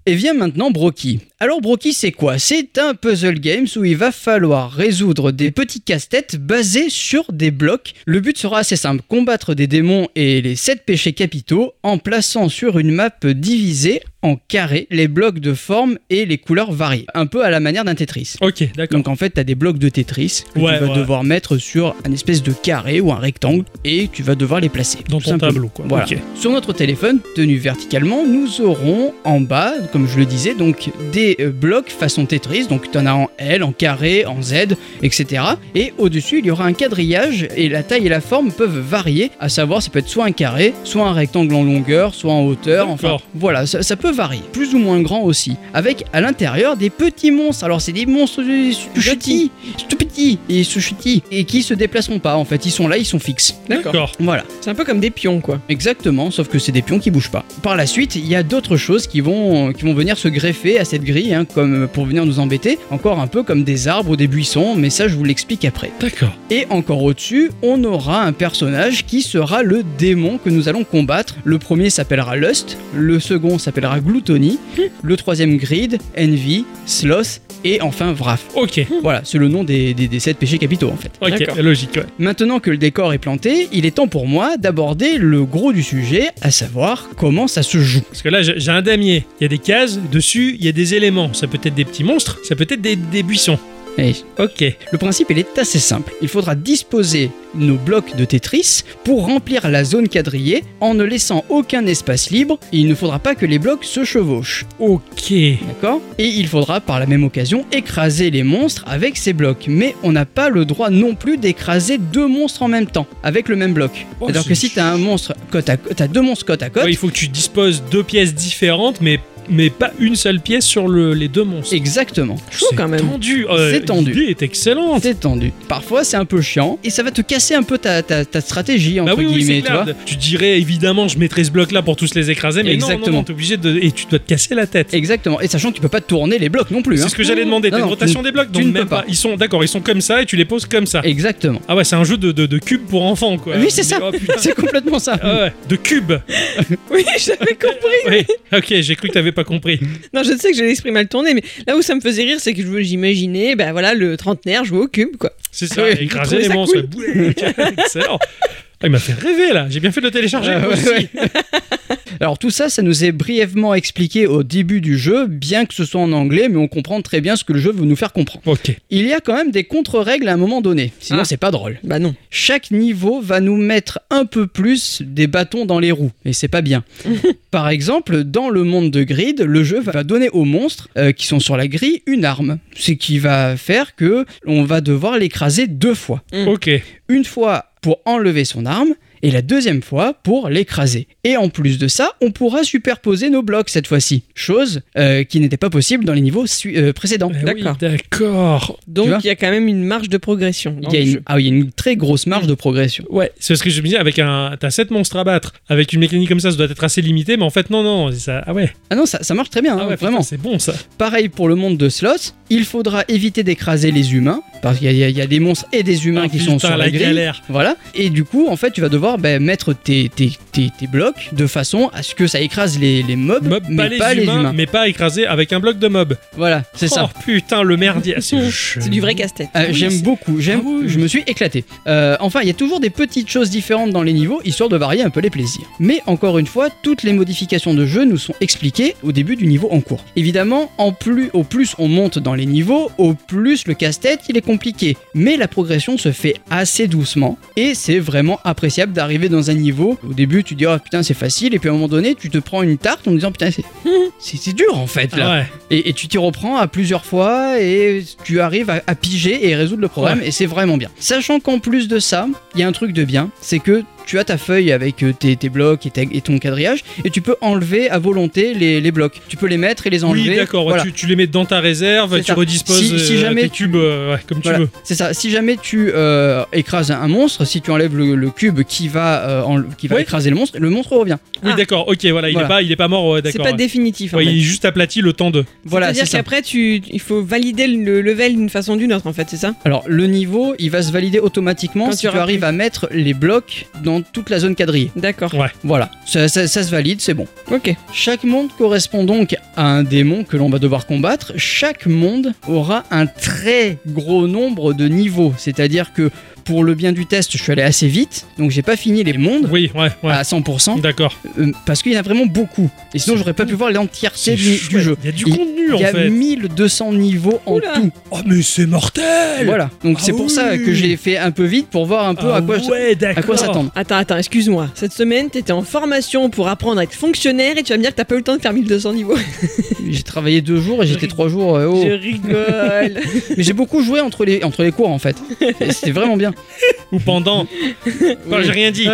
Et vient maintenant Brocky. Alors Brocky, c'est quoi C'est un puzzle games où il va falloir résoudre des petits casse-têtes basés sur des blocs. Le but sera assez simple, combattre des démons et les 7 péchés capitaux en plaçant sur une map divisée en carrés les blocs de forme et les couleurs variées, un peu à la manière d'un Tetris. Ok, d'accord. Donc en fait, tu as des blocs de Tetris que Ouais, tu vas ouais. devoir mettre sur un espèce de carré ou un rectangle et tu vas devoir les placer. Dans tout ton simplement. tableau, quoi. Voilà. Ok. Sur notre téléphone, tenu verticalement, nous aurons en bas, comme je le disais, donc des euh, blocs façon Tetris. Donc tu en as en L, en carré, en Z, etc. Et au-dessus, il y aura un quadrillage et la taille et la forme peuvent varier. À savoir, ça peut être soit un carré, soit un rectangle en longueur, soit en hauteur. Enfin, D'accord. voilà, ça, ça peut varier. Plus ou moins grand aussi. Avec à l'intérieur des petits monstres. Alors c'est des monstres euh, tout petits, tout petits et tout petits et qui se déplaceront pas. En fait, ils sont là, ils sont fixes. D'accord. D'accord. Voilà. C'est un peu comme des pions, quoi. Exactement, sauf que c'est des pions qui bougent pas. Par la suite, il y a d'autres choses qui vont, euh, qui vont venir se greffer à cette grille, hein, comme pour venir nous embêter, encore un peu comme des arbres ou des buissons, mais ça je vous l'explique après. D'accord. Et encore au-dessus, on aura un personnage qui sera le démon que nous allons combattre. Le premier s'appellera Lust, le second s'appellera Gluttony, le troisième Greed, Envy, Sloth et enfin Vraf. Ok. Voilà, c'est le nom des, des des, des sept péchés capitaux en fait. Ok, D'accord. logique, ouais. Maintenant que le décor est planté, il est temps pour moi d'aborder le gros du sujet, à savoir comment ça se joue. Parce que là, j'ai j'ai un damier. Il y a des cases, dessus, il y a des éléments. Ça peut être des petits monstres, ça peut être des, des buissons. Et Ok. le principe il est assez simple. Il faudra disposer nos blocs de Tetris pour remplir la zone quadrillée en ne laissant aucun espace libre. Il ne faudra pas que les blocs se chevauchent, Ok. d'accord Et il faudra par la même occasion écraser les monstres avec ces blocs. Mais on n'a pas le droit non plus d'écraser deux monstres en même temps avec le même bloc. Oh, C'est-à-dire c'est- que si t'as un monstre côte à côte, t'as deux monstres côte à côte. Ouais, il faut que tu disposes deux pièces différentes, mais, mais pas une seule pièce sur le- les deux monstres. Exactement. Chaud quand même. C'est tendu. euh, C'est tendu. L'idée est excellente. C'est tendu. Parfois, c'est un peu chiant et ça va te casser un peu ta, ta, ta stratégie, entre Bah oui, oui, guillemets, c'est tu vois. clair. Tu dirais évidemment, je mettrai ce bloc-là pour tous les écraser, mais non, non, Exactement. non, t'es obligé de. Et tu dois te casser la tête. Exactement. Et sachant que tu peux pas tourner les blocs non plus. hein. C'est ce que j'allais demander. Non, T'as une non, rotation des blocs, tu donc ne même peux pas. Ils sont d'accord, ils sont comme ça et tu les poses comme ça. Exactement. Ah ouais, c'est un jeu de, de, de cubes pour enfants, quoi. oui, c'est ça. Oh, putain. c'est complètement ça. Ah ouais, de cubes. Oui, j'avais compris. Oui, ok, j'ai cru que t'avais pas compris. Non, je sais que j'ai l'esprit mal tourné, mais là où ça me faisait rire, c'est que je- j'imaginais, ben voilà, le trentenaire jouer au cube, quoi. C'est ça, Oui, écraser je trouvais les ça monstres. cool. Bouh, Excellent. Ah, il m'a fait rêver là, j'ai bien fait de le télécharger. Ah, ouais, aussi. ouais. Alors tout ça, ça nous est brièvement expliqué au début du jeu, bien que ce soit en anglais, mais on comprend très bien ce que le jeu veut nous faire comprendre. Ok. Il y a quand même des contre-règles à un moment donné, sinon Ah. c'est pas drôle. Bah non. Chaque niveau va nous mettre un peu plus des bâtons dans les roues, et c'est pas bien. Par exemple, dans le monde de Grid, le jeu va donner aux monstres euh, qui sont sur la grille une arme, ce qui va faire que on va devoir l'écraser deux fois. Ok. Une fois pour enlever son arme et la deuxième fois pour l'écraser. Et en plus de ça, on pourra superposer nos blocs cette fois-ci, chose euh, qui n'était pas possible dans les niveaux su- euh, précédents. Eh oui, D'accord. D'accord. Tu vois Donc il y a quand même une marge de progression. dans Il y, a le une, jeu. ah oui, il y a une très grosse marge de progression. Ouais, c'est ce que je me disais avec un. T'as 7 monstres à battre. Avec une mécanique comme ça, ça doit être assez limité, mais en fait, non, non. Ça... Ah ouais, Ah non, ça, ça marche très bien, ah hein, ouais putain, vraiment. C'est bon ça. Pareil pour le monde de Sloth, il faudra éviter d'écraser les humains, parce qu'il y, a- il y a des monstres et des humains Ah, qui putain, sont sur la, la grille. galère. Voilà. Et du coup, en fait, tu vas devoir ben, mettre tes, tes, tes- tes blocs de façon à ce que ça écrase les, les mobs, Mob, mais pas, les, humains, mais pas écrasé avec un bloc de mob. Voilà, c'est ça. Oh putain, le merdier. Ah, C'est C'est du vrai casse-tête. Euh, Oui, j'aime c'est- beaucoup, j'aime, Ah oui. je me suis éclaté. Euh, enfin, il y a toujours des petites choses différentes dans les niveaux, histoire de varier un peu les plaisirs. Mais encore une fois, toutes les modifications de jeu nous sont expliquées au début du niveau en cours. Évidemment, en plus, au plus on monte dans les niveaux, au plus le casse-tête il est compliqué. Mais la progression se fait assez doucement, et c'est vraiment appréciable d'arriver dans un niveau. Au début, tu dis oh putain c'est facile, et puis à un moment donné, tu te prends une tarte en disant putain c'est, c'est, c'est dur en fait là. Ah ouais. Et, et tu t'y reprends à plusieurs fois et tu arrives à, à piger et résoudre le problème et c'est vraiment bien. Sachant qu'en plus de ça, il y a un truc de bien, c'est que tu as ta feuille avec euh, tes, tes blocs et, ta- et ton quadrillage et tu peux enlever à volonté les, les blocs. Tu peux les mettre et les enlever. Oui, d'accord. ouais, Voilà. Tu, tu les mets dans ta réserve, C'est tu ça. redisposes Si- si euh, jamais tes cubes euh, ouais, comme Voilà, tu veux. c'est ça. Si jamais tu euh, écrases un monstre, si tu enlèves le, le cube qui va, euh, en- qui va Ouais. écraser le monstre, le monstre revient. Oui, Ah. d'accord. Ok, voilà. Il, Voilà. Est pas, il est pas mort. ouais, C'est d'accord. pas ouais. définitif. en Ouais, fait. il est juste aplati le temps de. Voilà, c'est C'est-à-dire ça. qu'après, tu, il faut valider le level d'une façon ou d'une autre, en fait, c'est ça Alors le niveau, il va se valider automatiquement Quand si tu tu, auras arrives plus. à mettre les blocs dans toute la zone quadrillée. D'accord. Voilà, ça- ça- ça se valide, c'est bon. Ok. Chaque monde correspond donc à un démon que l'on va devoir combattre. Chaque monde aura un très gros nombre de niveaux. C'est-à-dire que pour le bien du test, je suis allé assez vite, donc j'ai pas fini les mondes Oui, ouais, ouais. à 100%, D'accord. euh, parce qu'il y en a vraiment beaucoup. Et sinon, C'est j'aurais pas pu voir l'entièreté C'est du, du chouette. jeu. Il y a du Il- contenu Il y en a fait. 1200 niveaux en Oula. tout. Oh, mais c'est mortel Voilà, donc Ah c'est pour ça oui. que j'ai fait un peu vite pour voir un peu Ah à quoi, ouais, à quoi d'accord. s'attendre. Attends, attends, excuse-moi. Cette semaine, t'étais en formation pour apprendre à être fonctionnaire et tu vas me dire que t'as pas eu le temps de faire 1200 niveaux. J'ai travaillé deux jours et j'étais trois jours. euh, au- Je rigole. Mais j'ai beaucoup joué entre les, entre les cours en fait. Et C'était vraiment bien. Ou pendant. Enfin, Oui. j'ai rien dit.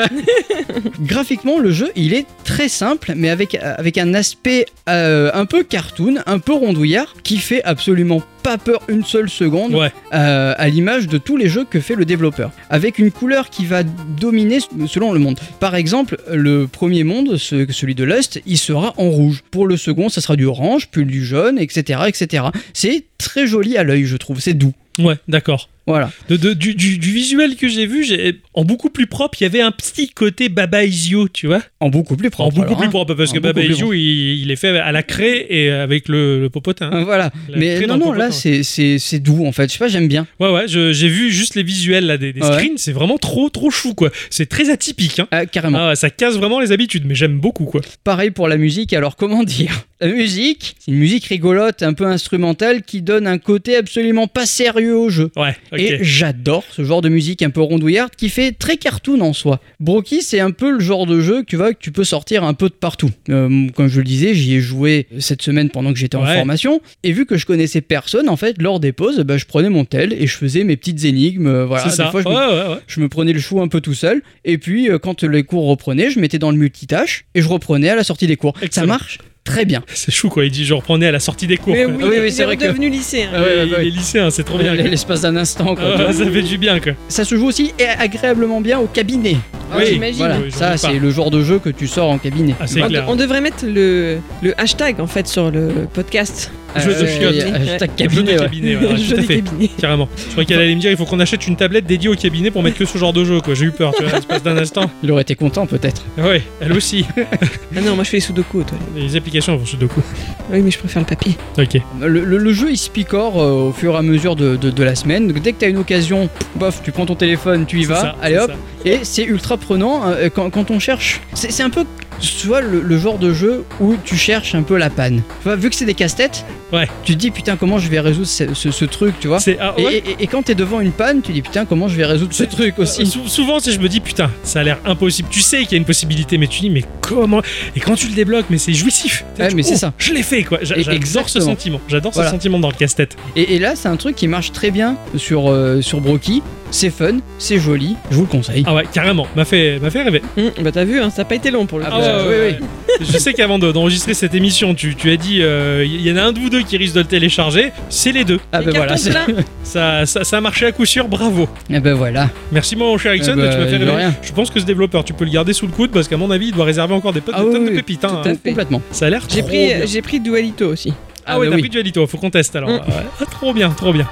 Graphiquement, le jeu, il est très simple, mais avec, avec un aspect euh, un peu cartoon, un peu rondouillard, qui fait absolument pas peur une seule seconde, Ouais. euh, à l'image de tous les jeux que fait le développeur, avec une couleur qui va dominer s- selon le monde. Par exemple, le premier monde, ce- celui de Lust, il sera en rouge. Pour le second, ça sera du orange, puis du jaune, etc., etc. C'est très joli à l'œil, je trouve. C'est doux. Ouais, d'accord. Voilà. De, de- du, du- du visuel que j'ai vu, j'ai- en beaucoup plus propre, il y avait un petit côté Baba Is You, tu vois. En beaucoup plus En propre. beaucoup alors, plus hein. propre, parce En que beaucoup Baba plus Is You, il, il est fait à la craie et avec le, le popotin. Hein, Voilà. La Mais craie dans non, le non, là, popotin. c'est- c'est c'est doux, en fait. Je sais pas, j'aime bien. Ouais, ouais, je- j'ai vu juste les visuels là, des, des Ouais. screens, c'est vraiment trop, trop chou, quoi. C'est très atypique, hein. Ah, carrément. Ah ouais, ça casse vraiment les habitudes, mais j'aime beaucoup, quoi. Pareil pour la musique, alors comment dire La musique, c'est une musique rigolote, un peu instrumentale, qui donne un côté absolument pas sérieux au jeu. Ouais, ok. Et j'adore ce genre de musique un peu rondouillarde qui fait très cartoon en soi. Brookie, c'est un peu le genre de jeu que, que tu peux sortir un peu de partout. Euh, comme je le disais, j'y ai joué cette semaine pendant que j'étais en Ouais. formation. Et vu que je connaissais personne, en fait, lors des pauses, bah, je prenais mon tel et je faisais mes petites énigmes. euh, Voilà, c'est ça. Des fois, je me ouais, ouais, ouais. je me prenais le chou un peu tout seul, et puis euh, quand les cours reprenaient, je mettais dans le multitâche et je reprenais à la sortie des cours. Excellent. Ça marche très bien. C'est chou, quoi. Il dit, je reprenais à la sortie des cours. Mais quoi. oui, oui, il oui, est c'est vrai que- redevenu hein. lycéen. Ah ouais, ouais, Et ouais. Les lycéens, c'est trop bien. quoi. L'espace d'un instant, quoi. Ah ouais, ça fait du bien, quoi. Ça se joue aussi et agréablement bien au cabinet. Ah, oui, j'imagine. Voilà, Oui, j'en ça doute pas. c'est le genre de jeu que tu sors en cabinet. Ah, c'est On, clair. on devrait mettre le, le hashtag en fait sur le podcast. Jeu de chiottes. y a- Euh, hashtag Jeu de cabinet, ouais. cabinet, ouais, ouais, tout Jeu à des fait. cabinets. Carrément. Je croyais qu'elle allait me dire il faut qu'on achète une tablette dédiée au cabinet pour mettre que ce genre de jeu, quoi. J'ai eu peur, tu vois, à l'espace d'un instant. Il aurait été content peut-être. Ouais, elle aussi. Ah non, moi je fais les sudoku, toi. Les applications vont se de coup. Oui, mais je préfère le papier. Ok. Le, le- le jeu il se picore euh, au fur et à mesure de, de- de la semaine. Donc, dès que t'as une occasion, bof, tu prends ton téléphone, tu y C'est vas. ça, allez c'est hop, ça. Et c'est ultra prenant euh, quand, quand on cherche. C'est c'est un peu, tu vois, le, le genre de jeu où tu cherches un peu la panne. Tu vois, vu que c'est des casse-têtes, Ouais. tu te dis putain, comment je vais résoudre ce, ce- ce truc, tu vois. C'est. Ah, Et, ouais. et- et quand t'es devant une panne, tu dis putain, comment je vais résoudre ce truc Euh, aussi. sou- souvent, c'est je me dis putain, ça a l'air impossible. Tu sais qu'il y a une possibilité, mais tu dis mais comment Et quand tu le débloques, mais c'est jouissif. Ouais, Tu- mais c'est oh, ça. Je l'ai fait quoi. J'a- Et J'adore ce exactement. sentiment. J'adore Voilà. ce sentiment dans le casse-tête. Et, et là, c'est un truc qui marche très bien sur, euh, sur Broky. C'est fun, c'est joli, je vous le conseille. Ah ouais, carrément. M'a fait, m'a fait rêver. Hum, bah t'as vu, hein, ça n'a pas été long pour le Ah coup. ouais, bah, ouais, ouais. Je sais qu'avant de- d'enregistrer cette émission, tu, tu as dit il y en a un de vous deux qui risque de le télécharger. C'est les deux. Ah Les cartons c'est- Ça, ça, ça a marché à coup sûr. Bravo. Ah bah voilà. Merci mon cher Ericsson, Eh ben, tu m'as fait de rêver. rien. Je pense que ce développeur, tu peux le garder sous le coude parce qu'à mon avis, il doit réserver encore des, pe- Ah des oui, tonnes de oui, pépites. hein. Tout à- Complètement. Ça a l'air J'ai trop bien. pris, j'ai pris Dualito aussi. Ah, ouais, bah t'as oui. pris Dualito, faut qu'on teste alors. Mm. Ouais. Ah, trop bien, trop bien.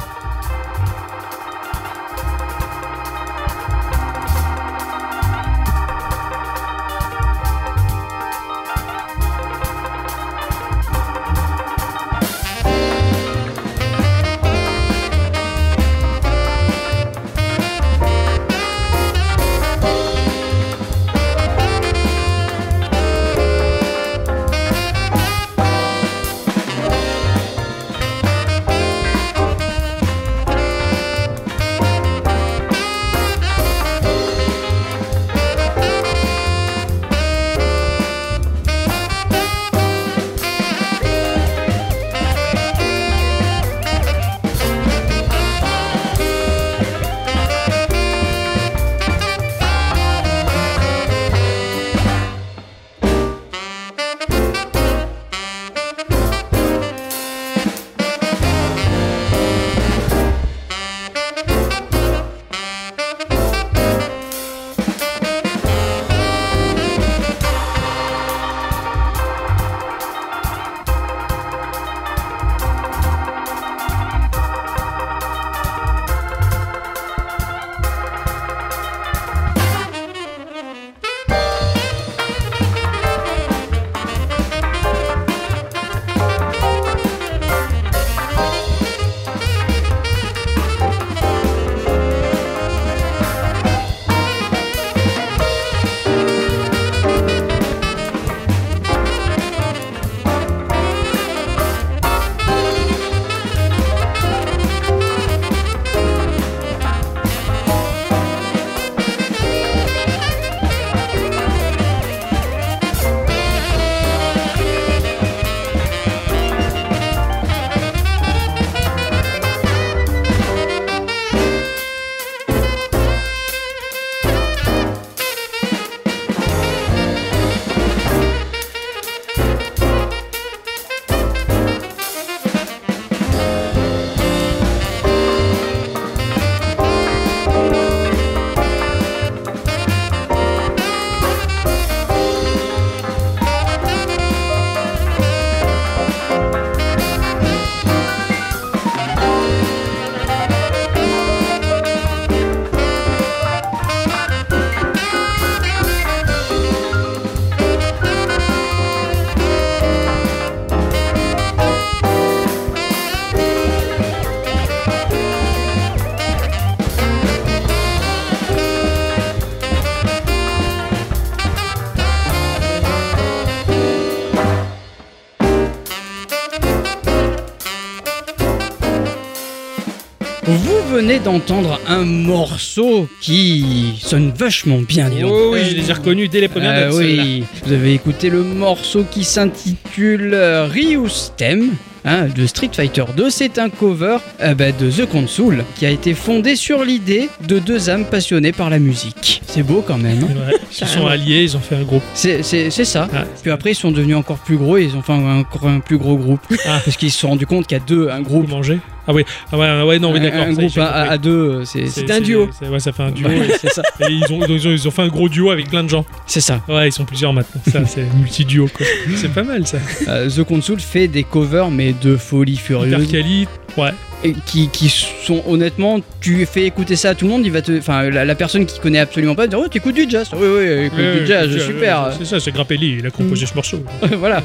Vous venez d'entendre un morceau qui sonne vachement bien, Ah, dis donc. Oh oui, je les ai reconnus dès les premières Ah notes. celles-là. oui, vous avez écouté le morceau qui s'intitule euh, Ryu's Theme. hein, de Street Fighter 2, c'est un cover euh, bah, de The Console qui a été fondé sur l'idée de deux âmes passionnées par la musique. C'est beau quand même. hein Ouais, ils se sont alliés, ils ont fait un groupe. c'est c'est- c'est ça. Ah. Puis après, ils sont devenus encore plus gros et ils ont fait un- encore un plus gros groupe. Ah. Parce qu'ils se sont rendus compte qu'à deux, un Vous groupe, mangez Ah oui, ah ouais, ouais, non, oui, un- d'accord. un, ça y est, groupe j'ai à, compris. à deux, c'est c'est- un duo. c'est- Ouais, ça fait un duo. Ouais, c'est ça. Et ils, ont, ils, ont, ils ont fait un gros duo avec plein de gens. C'est ça. Ouais, ils sont plusieurs maintenant. Ça, c'est multi-duo, quoi. C'est pas mal, ça. Euh, The Console fait des covers, mais de folie Hyper furieuse. quali. Ouais. et qui, qui sont honnêtement, tu fais écouter ça à tout le monde, il va te, enfin la, la personne qui connaît absolument pas, va dire, oh t'écoutes du jazz, oui oui écoute Ouais, du jazz, c'est- super, euh, C'est ça, c'est Grappelli, il a composé ce morceau. voilà.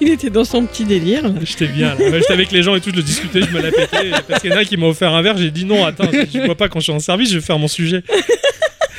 Il était dans son petit délire. là. J'étais bien, là. Ouais, J'étais avec les gens et tout, je le discutais, je me la pétais. Parce qu'il y en a un qui m'a offert un verre, j'ai dit non, attends, je bois pas quand je suis en service, je vais faire mon sujet.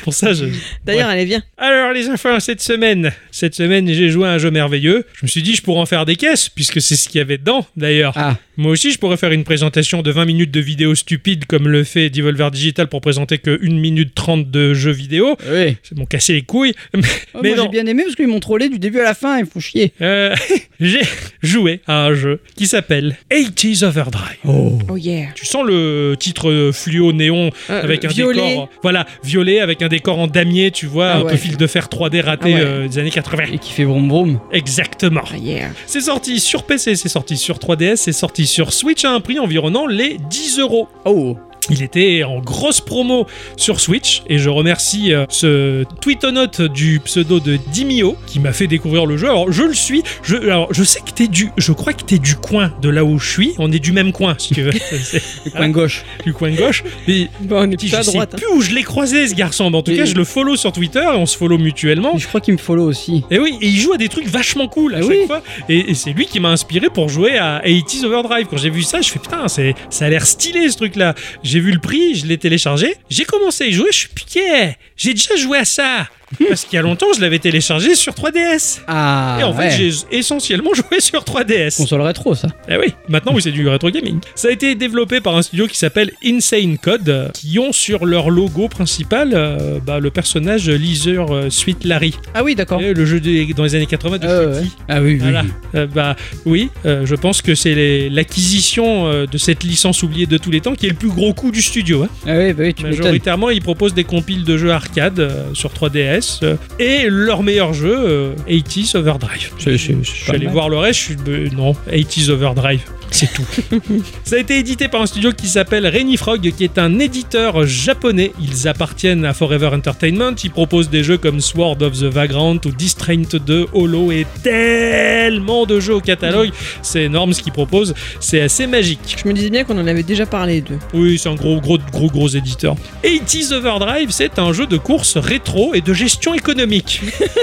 Pour ça, je, D'ailleurs, allez, viens. Alors les enfants, cette semaine, cette semaine j'ai joué à un jeu merveilleux. Je me suis dit je pourrais en faire des caisses puisque c'est ce qu'il y avait dedans d'ailleurs. Ah. Moi aussi je pourrais faire une présentation de 20 minutes de vidéos stupides comme le fait Devolver Digital pour présenter que 1 minute 30 de jeux vidéo. Oui. C'est bon casser les couilles. Mais, Oh, mais moi j'ai non. bien aimé parce qu'ils m'ont trollé du début à la fin, ils me font chier. Euh, j'ai joué à un jeu qui s'appelle 80s Overdrive. Oh. Oh yeah. Tu sens le titre euh, fluo néon Euh, avec un violet. décor voilà, violet avec un décor en damier, tu vois, Ah un peu ouais. fil de fer 3D raté Ah ouais. euh, des années 80. Et qui fait vroom vroom. Exactement. Oh yeah. C'est sorti sur PC, c'est sorti sur 3DS, c'est sorti sur Switch à un prix environnant les 10 euros. Oh. Il était en grosse promo sur Switch et je remercie euh, ce tweetonote du pseudo de Dimio qui m'a fait découvrir le jeu. Alors je le suis, je, alors, je sais que t'es du, je crois que t'es du coin de là où je suis. On est du même coin si tu veux, C'est Le coin gauche. du coin gauche. Mais Bon, on est je plutôt à sais droite. hein. plus où je l'ai croisé ce garçon, mais en tout Mais- cas je le follow sur Twitter et on se follow mutuellement. Et Je crois qu'il me follow aussi. Et oui, et il joue à des trucs vachement cool à Ah chaque oui. fois. Et, et c'est lui qui m'a inspiré pour jouer à 80s Overdrive. Quand j'ai vu ça, je fais putain, c'est, ça a l'air stylé ce truc-là. J'ai vu le prix, je l'ai téléchargé. J'ai commencé à y jouer, je suis piqué. J'ai déjà joué à ça. Parce qu'il y a longtemps, je l'avais téléchargé sur 3DS. Ah. et en fait, ouais. j'ai essentiellement joué sur 3DS. Console rétro ça. Eh oui, maintenant oui, c'est du rétro gaming. Ça a été développé par un studio qui s'appelle Insane Code, euh, qui ont sur leur logo principal euh, bah, le personnage Leaser euh, Sweet Larry. Ah oui d'accord. Eh, Le jeu des- dans les années 80 de Euh, Sweetie. ouais. Ah oui oui. Voilà. oui. Euh, bah oui, euh, je pense que c'est les- l'acquisition euh, de cette licence oubliée de tous les temps qui est le plus gros coup du studio. hein. Ah oui bah oui tu m'étonnes. Majoritairement, ils proposent des compiles de jeux arcade euh, sur 3DS euh, et leur meilleur jeu, euh, 80s Overdrive. C'est- c'est- c'est Je suis pas allé mal. voir le reste, je suis euh, non, 80s Overdrive, c'est tout. Ça a été édité par un studio qui s'appelle Rainy Frog, qui est un éditeur japonais. Ils appartiennent à Forever Entertainment. Ils proposent des jeux comme Sword of the Vagrant ou Distraint 2, Holo et tellement de jeux au catalogue. C'est énorme ce qu'ils proposent. C'est assez magique. Je me disais bien qu'on en avait déjà parlé d'eux. Oui, c'est un gros, gros, gros, gros éditeur. 80s Overdrive, c'est un jeu de course rétro et de gestion économique.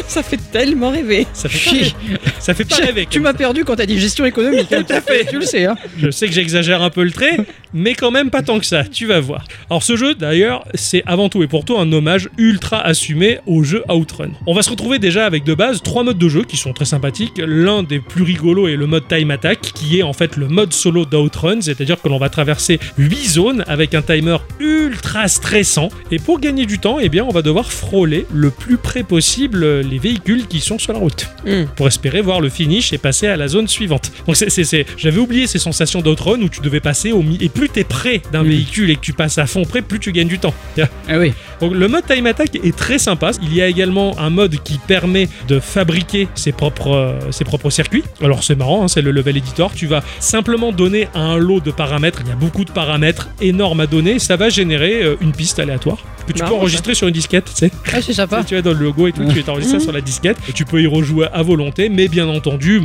Ça fait tellement rêver. Ça fait pas, Chier. rêver. ça fait pas rêver. Tu comme m'as perdu quand t'as dit gestion économique. hein. Tout à fait. Tu le sais hein. Je sais que j'exagère un peu le trait, mais quand même pas tant que ça, tu vas voir. Alors ce jeu, d'ailleurs, c'est avant tout et pour tout un hommage ultra assumé au jeu Outrun. On va se retrouver déjà avec de base trois modes de jeu qui sont très sympathiques. L'un des plus rigolos est le mode Time Attack, qui est en fait le mode solo d'Outrun, c'est-à-dire que l'on va traverser 8 zones avec un timer ultra stressant. Et pour gagner du temps, eh bien, on va devoir frôler le plus près possible euh, les véhicules qui sont sur la route Hmm. pour espérer voir le finish et passer à la zone suivante. Donc c'est, c'est- c'est- j'avais oublié ces sensations d'Outrun où tu devais passer au mi- et plus t'es près d'un Mm. véhicule et que tu passes à fond près, plus tu gagnes du temps. Ah oui. Donc le mode time attack est très sympa. Il y a également un mode qui permet de fabriquer ses propres, euh, ses propres circuits. Alors c'est marrant, hein, c'est le level editor. Tu vas simplement donner un lot de paramètres. Il y a beaucoup de paramètres énormes à donner. Ça va générer euh, une piste aléatoire que tu Marrant, peux ça. enregistrer sur une disquette. Tu sais. Ah c'est Tu sympa. sais, Tu vas dans le logo et tout, tu t'enregistres ça sur la disquette. Et tu peux y rejouer à volonté, mais bien entendu,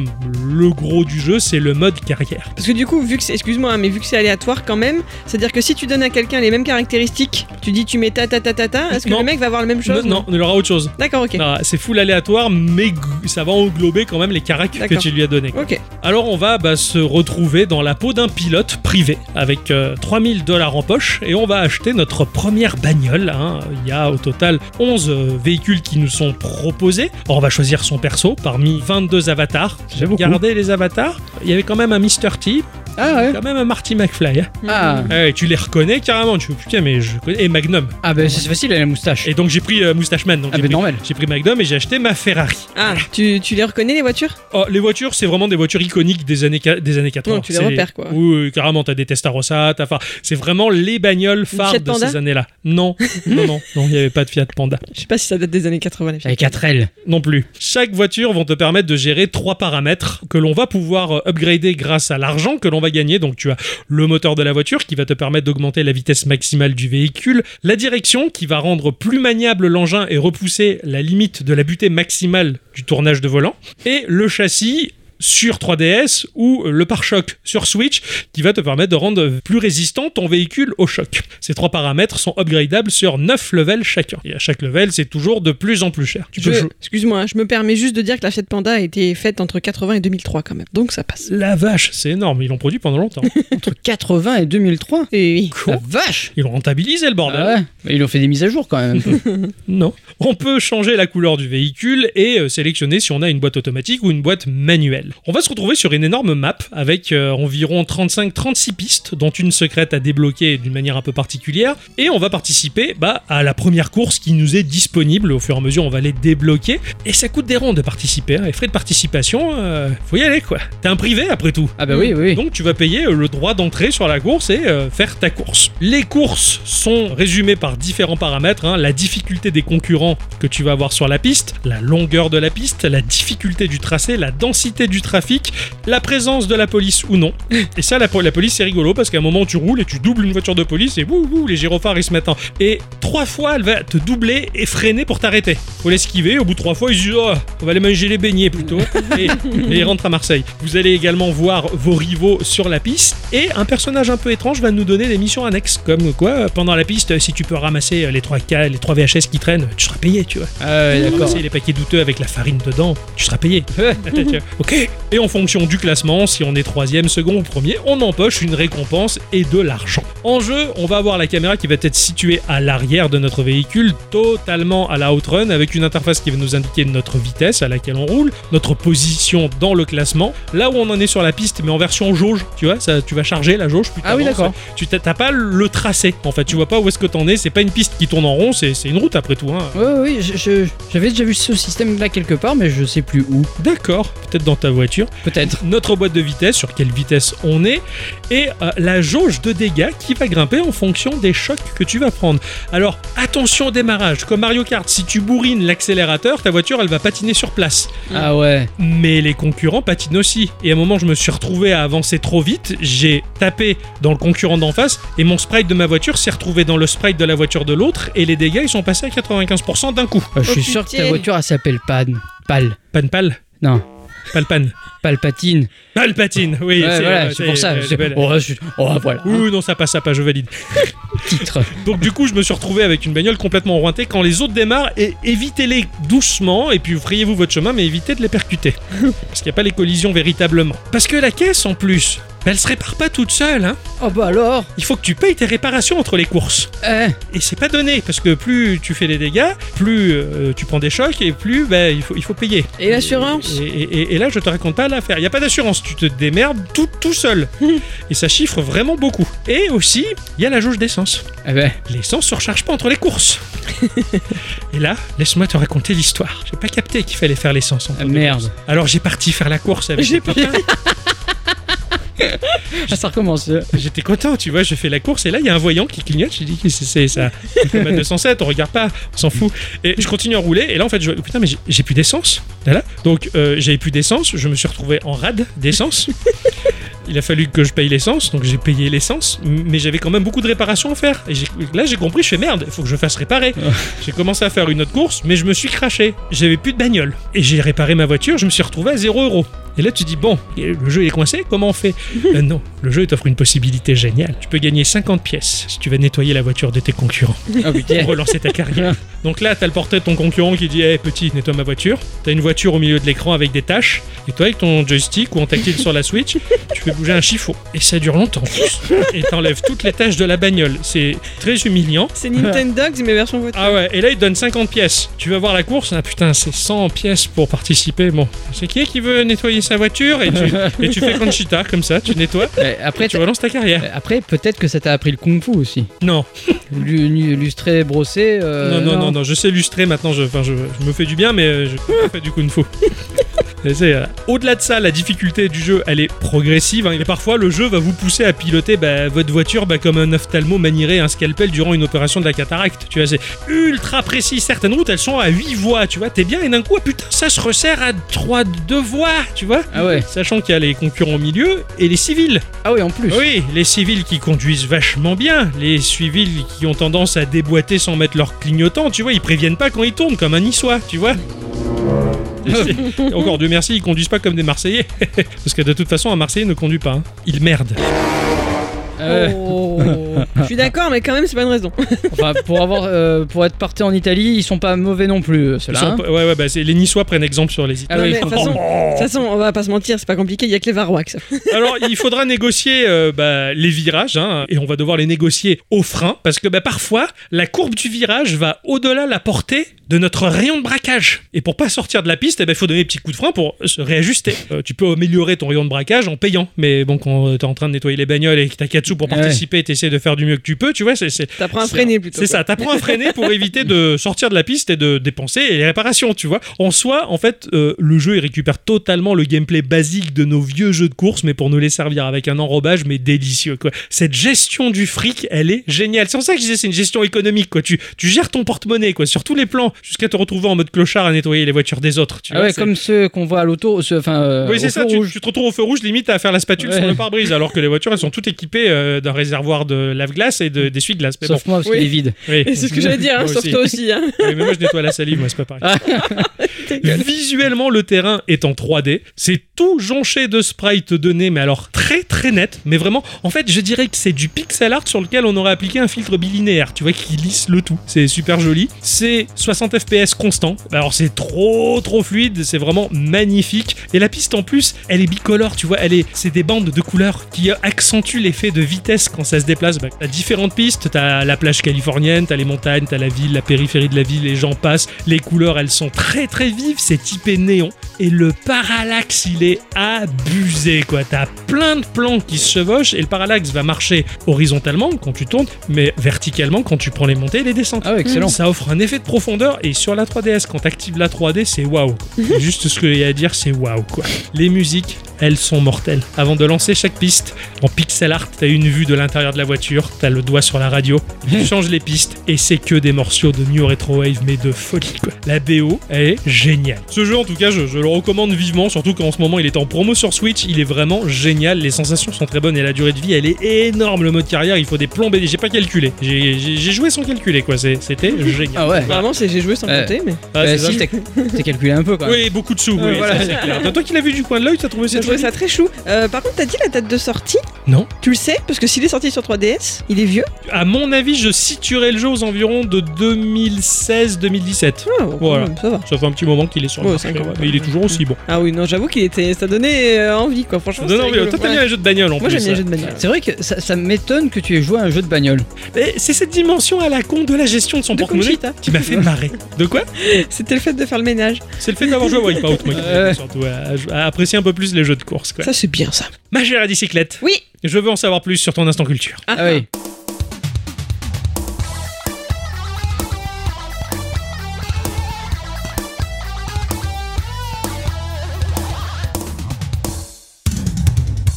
le gros du jeu, c'est le mode carrière. Parce que du coup, vu que c'est, excuse-moi, hein, mais vu que c'est aléatoire quand même, c'est-à-dire que si tu donnes à quelqu'un les mêmes caractéristiques, tu dis tu mets ta ta ta ta ta, est-ce que Non. le mec va avoir la même chose non, non, il aura autre chose. D'accord, ok. Non, C'est full aléatoire, mais g- ça va englober quand même les caracs que D'accord. tu lui as donné. Ok. Alors on va bah, se retrouver dans la peau d'un pilote privé avec 3000 dollars en poche et on va acheter notre première bagnole. hein. Il y a au total 11 véhicules qui nous sont proposés. Alors, on va choisir son perso parmi 22 avatars. J'avoue. Regardez les avatars. Il y avait quand même un Mr. T, Ah ouais Quand même un Marty McFly. hein. Ah, Ah ouais, tu les reconnais carrément. Tu fais, putain, mais je connais. Et Magnum. ah bah c'est facile, elle a la moustache. Et donc j'ai pris euh, Moustache Man. Donc Ah j'ai bah pris- normal. j'ai pris Magnum et j'ai acheté ma Ferrari. Ah, tu, tu les reconnais les voitures Oh, les voitures, c'est vraiment des voitures iconiques des années, qua- des années 80. Non, Mmh, tu les C'est- repères, quoi. Oui, oui, carrément, t'as des Testarossa, t'as. Enfin, c'est vraiment les bagnoles phares Fiat de Panda ces années-là. Non, non, non, non, il n'y avait pas de Fiat Panda. Je sais pas si ça date des années 80. les filles. Avec 4 ailes. Non plus. Chaque voiture vont te permettre de gérer trois paramètres que l'on va pouvoir euh, upgrader grâce à l'argent que l'on va gagner. Donc tu as le moteur de la voiture qui va te permettre d'augmenter la vitesse maximale du véhicule, la direction qui va rendre plus maniable l'engin et repousser la limite de la butée maximale du tournage de volant, et le châssis sur 3DS ou le pare-choc sur Switch qui va te permettre de rendre plus résistant ton véhicule au choc. Ces trois paramètres sont upgradables sur 9 levels chacun. Et à chaque level, c'est toujours de plus en plus cher. Tu peux Je- jou- Excuse-moi, hein, je me permets juste de dire que la Fiat Panda a été faite entre 80 et 2003 quand même, donc ça passe. La vache, c'est énorme, ils l'ont produit pendant longtemps. Entre 80 et 2003 Oui, oui. La Quoi vache Ils l'ont rentabilisé le bordel. Ah ouais, bah, ils ont fait des mises à jour quand même. un peu. Non. On peut changer la couleur du véhicule et euh, sélectionner si on a une boîte automatique ou une boîte manuelle. On va se retrouver sur une énorme map avec euh, environ 35-36 pistes, dont une secrète à débloquer d'une manière un peu particulière. Et on va participer bah, à la première course qui nous est disponible. Au fur et à mesure, on va les débloquer. Et ça coûte des ronds de participer. hein. Et frais de participation, euh, faut y aller quoi. T'es un privé après tout. Ah bah oui, oui, oui. Donc tu vas payer euh, le droit d'entrée sur la course et euh, faire ta course. Les courses sont résumées par différents paramètres, hein. la difficulté des concurrents que tu vas avoir sur la piste, la longueur de la piste, la difficulté du tracé, la densité du trafic, la présence de la police ou non. Et ça, la, po- la police, c'est rigolo parce qu'à un moment, tu roules et tu doubles une voiture de police et wouh, wouh, les gyrophares, ils se mettent en... Et trois fois, elle va te doubler et freiner pour t'arrêter. Faut l'esquiver, au bout de trois fois, ils se disent Oh, on va aller manger les beignets plutôt. Et, et ils rentrent à Marseille. Vous allez également voir vos rivaux sur la piste et un personnage un peu étrange va nous donner des missions annexes. Comme quoi, euh, pendant la piste, si tu peux ramasser euh, les trois, ca- les trois VHS qui traînent, tu seras payé, tu vois. Ah ouais, d'accord. Ramasser les paquets douteux avec la farine dedans, tu seras payé. Ouais. ok. Et en fonction du classement, si on est troisième, second ou premier, on empoche une récompense et de l'argent. En jeu, on va avoir la caméra qui va être située à l'arrière de notre véhicule, totalement à la outrun, avec une interface qui va nous indiquer notre vitesse à laquelle on roule, notre position dans le classement, là où on en est sur la piste, mais en version jauge. Tu vois, ça, tu vas charger la jauge. Puis Ah oui, t'avances. d'accord. Tu t'as t'as pas le tracé. En fait, tu vois pas où est-ce que t'en es. C'est pas une piste qui tourne en rond, c'est c'est une route après tout. hein. Ouais, ouais, oui, je- je- j'avais déjà vu ce système là quelque part, mais je sais plus où. D'accord. Peut-être dans ta voiture. Peut-être. notre boîte de vitesse, sur quelle vitesse on est, et euh, la jauge de dégâts qui va grimper en fonction des chocs que tu vas prendre. Alors attention au démarrage, comme Mario Kart, si tu bourrines l'accélérateur, ta voiture elle va patiner sur place. Ah ouais. Mais les concurrents patinent aussi. Et à un moment je me suis retrouvé à avancer trop vite, j'ai tapé dans le concurrent d'en face, et mon sprite de ma voiture s'est retrouvé dans le sprite de la voiture de l'autre, et les dégâts ils sont passés à 95% d'un coup. Bah, je suis Oh, sûr que ta putain. voiture elle s'appelle Pan. Pal. Pan pal, Non, pal pan. Palpatine. Pal Ah, patine, oui. ouais, voilà, c'est pour ça. euh, c'est- belle. oh, je suis- oh, voilà. Oui, oui, non, ça passe, ça passe, je valide. Titre. Donc du coup, je me suis retrouvé avec une bagnole complètement rointée. Quand les autres démarrent, et évitez-les doucement et puis frayez-vous votre chemin, mais évitez de les percuter. Parce qu'il n'y a pas les collisions véritablement. Parce que la caisse, en plus, bah, elle se répare pas toute seule. hein. Oh bah alors. Il faut que tu payes tes réparations entre les courses. Eh. Et c'est pas donné, parce que plus tu fais des dégâts, plus euh, tu prends des chocs et plus bah, il, faut, il faut payer. Et l'assurance Et, et- et- et là, je te raconte pas l'affaire. Il n'y a pas d'assurance. Tu te démerdes tout, tout seul. et ça chiffre vraiment beaucoup. Et aussi, il y a la jauge d'essence. Eh ben, L'essence se recharge pas entre les courses. et là, laisse-moi te raconter l'histoire. J'ai pas capté qu'il fallait faire l'essence. entre ah, deux merde. courses. Alors j'ai parti faire la course avec J'ai les copains. Ah, ça recommence. J'étais content, tu vois, je fais la course et là il y a un voyant qui clignote. J'ai dit qu'est-ce que c'est ça Comme à 207, on regarde pas, on s'en fout. Et je continue à rouler et là en fait je vois, putain mais j'ai- j'ai plus d'essence. Voilà. Donc euh, j'avais plus d'essence, je me suis retrouvé en rade d'essence. Il a fallu que je paye l'essence, donc j'ai payé l'essence, m- mais j'avais quand même beaucoup de réparations à faire. Et j'ai- là, j'ai compris, je fais merde, il faut que je fasse réparer. J'ai commencé à faire une autre course, mais je me suis craché. J'avais plus de bagnole. Et j'ai réparé ma voiture, je me suis retrouvé à 0 euros. Et là, tu dis, bon, et le jeu il est coincé, comment on fait Euh, Non, le jeu il t'offre une possibilité géniale. Tu peux gagner 50 pièces si tu vas nettoyer la voiture de tes concurrents Oh pour putain. relancer ta carrière. Donc là, t'as le portrait de ton concurrent qui dit Hey, petit, nettoie ma voiture. T'as une voiture au milieu de l'écran avec des taches. Et toi, avec ton joystick ou en tactile sur la Switch, tu fais bouger un chiffon. Et ça dure longtemps. Et t'enlèves toutes les taches de la bagnole. C'est très humiliant. C'est Nintendo Dogs mais version voiture. Ah ouais, et là, il te donne 50 pièces. Tu vas voir la course. Ah putain, c'est 100 pièces pour participer. Bon, c'est qui qui veut nettoyer sa voiture et tu, et tu fais Conchita comme ça, tu nettoies, Euh, Après, tu relances ta carrière. euh, après peut-être que ça t'a appris le kung fu aussi. Non, Lu- nu- Lustré, brossé. euh, non, non, non, non, je sais illustrer maintenant, je, enfin, je, je me fais du bien, mais euh, je fais du kung fu. Et c'est, voilà. Au-delà de ça, la difficulté du jeu, elle est progressive. hein, et parfois, le jeu va vous pousser à piloter bah, votre voiture bah, comme un ophtalmo manierait un scalpel durant une opération de la cataracte. Tu vois, c'est ultra précis. Certaines routes, elles sont à 8 voies, tu vois. T'es bien, et d'un coup, ah, putain, ça se resserre à 3, 2 voies, tu vois. Ah ouais. Sachant qu'il y a les concurrents au milieu et les civils. Ah oui, en plus. Oui, les civils qui conduisent vachement bien, les civils qui ont tendance à déboîter sans mettre leur clignotant, tu vois, ils préviennent pas quand ils tournent, comme un niçois, tu vois. Et Encore Dieu merci, ils conduisent pas comme des Marseillais. Parce que de toute façon, un Marseillais ne conduit pas. hein. Il merde. Ah, Euh, Oh. Je suis d'accord, mais quand même, c'est pas une raison. Oh. enfin, pour avoir, euh, pour être parté en Italie, ils sont pas mauvais non plus, euh, Ils ceux-là. sont hein. pas- ouais, ouais, bah, c'est- les Niçois prennent exemple sur les Italiens. Ah Non, oui. mais de toute façon, de toute façon, on va pas se mentir, c'est pas compliqué, il y a que les Varois que ça. Alors, il faudra négocier euh, bah, les virages, hein, et on va devoir les négocier au frein, parce que bah, parfois, la courbe du virage va au-delà la portée de notre rayon de braquage. Et pour pas sortir de la piste, eh ben, il faut donner des petits coups de frein pour se réajuster. Euh, tu peux améliorer ton rayon de braquage en payant, mais bon, quand t'es en train de nettoyer les bagnoles et que t'as 4 sous pour Ouais. participer, t'essaies de faire du mieux que tu peux, tu vois, c'est... c'est- T'apprends à c'est- freiner plutôt. C'est quoi. ça, t'apprends à freiner pour éviter de sortir de la piste et de dépenser les réparations, tu vois. En soi, en fait, euh, le jeu, il récupère totalement le gameplay basique de nos vieux jeux de course, mais pour nous les servir avec un enrobage, mais délicieux, quoi. Cette gestion du fric, elle est géniale. C'est pour ça que je disais, c'est une gestion économique, quoi. Tu, tu gères ton porte-monnaie, quoi, sur tous les plans, jusqu'à te retrouver en mode clochard à nettoyer les voitures des autres, tu Ah vois, ouais, c'est- comme ceux qu'on voit à l'auto, ceux- enfin, euh, oui, au c'est ça, feu tu, rouge. tu te retrouves au feu rouge limite à faire la spatule sur Ouais. le pare-brise, alors que les voitures, elles sont toutes équipées euh, d'un réservoir de lave-glace et de- d'essuie-glace. Mais Sauf moi, parce Oui. qu'il est vide. bon, oui. Et c'est ce que j'allais dire, hein, Moi sauf aussi. toi aussi. Hein. Oui, mais moi je nettoie la salive, moi c'est pas pareil. Ah. Visuellement, le terrain est en 3D. C'est tout jonché de sprites donnés, mais alors très très net. Mais vraiment, en fait, je dirais que c'est du pixel art sur lequel on aurait appliqué un filtre bilinéaire, tu vois, qui lisse le tout. C'est super joli. C'est 60 FPS constant. Alors c'est trop trop fluide, c'est vraiment magnifique. Et la piste en plus, elle est bicolore, tu vois, elle est, c'est des bandes de couleurs qui accentuent l'effet de vitesse quand ça se déplace. Bah, t'as différentes pistes, t'as la plage californienne, t'as les montagnes, t'as la ville, la périphérie de la ville, les gens passent. Les couleurs, elles sont très très vives, c'est typé néon. Et le parallaxe, il est abusé, quoi. T'as plein de plans qui se chevauchent et le parallaxe va marcher horizontalement quand tu tournes, mais verticalement quand tu prends les montées et les descentes. Ah ouais, excellent. Ça offre un effet de profondeur et sur la 3DS, quand t'actives la 3D, c'est waouh. quoi. Juste ce qu'il y a à dire, c'est waouh quoi. Les musiques, elles sont mortelles. Avant de lancer chaque piste, en pixel art, t'as une vue de l'intérieur de la voiture, t'as le doigt sur la radio, tu changes les pistes et c'est que des morceaux de New Retrowave mais de folie quoi. La BO, elle est géniale. Ce jeu en tout cas, je, je le recommande vivement, surtout qu'en ce moment il est en promo sur Switch, il est vraiment génial, les sensations sont très bonnes et la durée de vie elle est énorme. Le mode carrière, il faut des plombées, j'ai pas calculé, j'ai j'ai- j'ai joué sans calculer quoi, C'est- c'était génial. Ah ouais. Vraiment, c'est- j'ai joué sans Ouais. compter, mais Ah, Euh, c'est ça. si, t'as t'as calculé un peu, quoi. Oui, beaucoup de sous, Euh, oui, voilà. ça, c'est clair. Toi qui l'as vu du coin de l'œil, t'as trouvé j'ai ça trouvé ça très chou. Euh, par contre, t'as dit la date de sortie Non. Tu le sais Parce que s'il est sorti sur 3DS, il est vieux. joli À mon avis, je situerais le jeu aux environs de 2016-2017. Ah, bon, quand Voilà. même, ça va. Ça fait un petit moment qu'il est sur le Ouais, marché, cinq ans, ouais, quoi. mais il est toujours aussi bon. Ah oui, non, j'avoue qu'il était. Ça donnait euh, envie, quoi. Franchement, Non, c'était non, mais rigolo. toi t'aimes Ouais. bien les jeux de bagnole en Moi, plus. hein. j'aime bien les jeux de manière. C'est vrai que ça, ça m'étonne que tu aies joué à un jeu de bagnole. Mais C'est cette dimension à la con de la gestion de son De porte-monnaie Conchita. qui m'a fait marrer. De quoi hein. C'était le fait de faire le ménage. C'est le fait d'avoir joué à Wipeout, moi, qui m'a Ouais. surtout à- à, à apprécier un peu plus les jeux de course. Quoi. Ça, c'est bien, ça. Ma chère à bicyclette, Oui je veux en savoir plus sur ton instant culture. Ah, oui.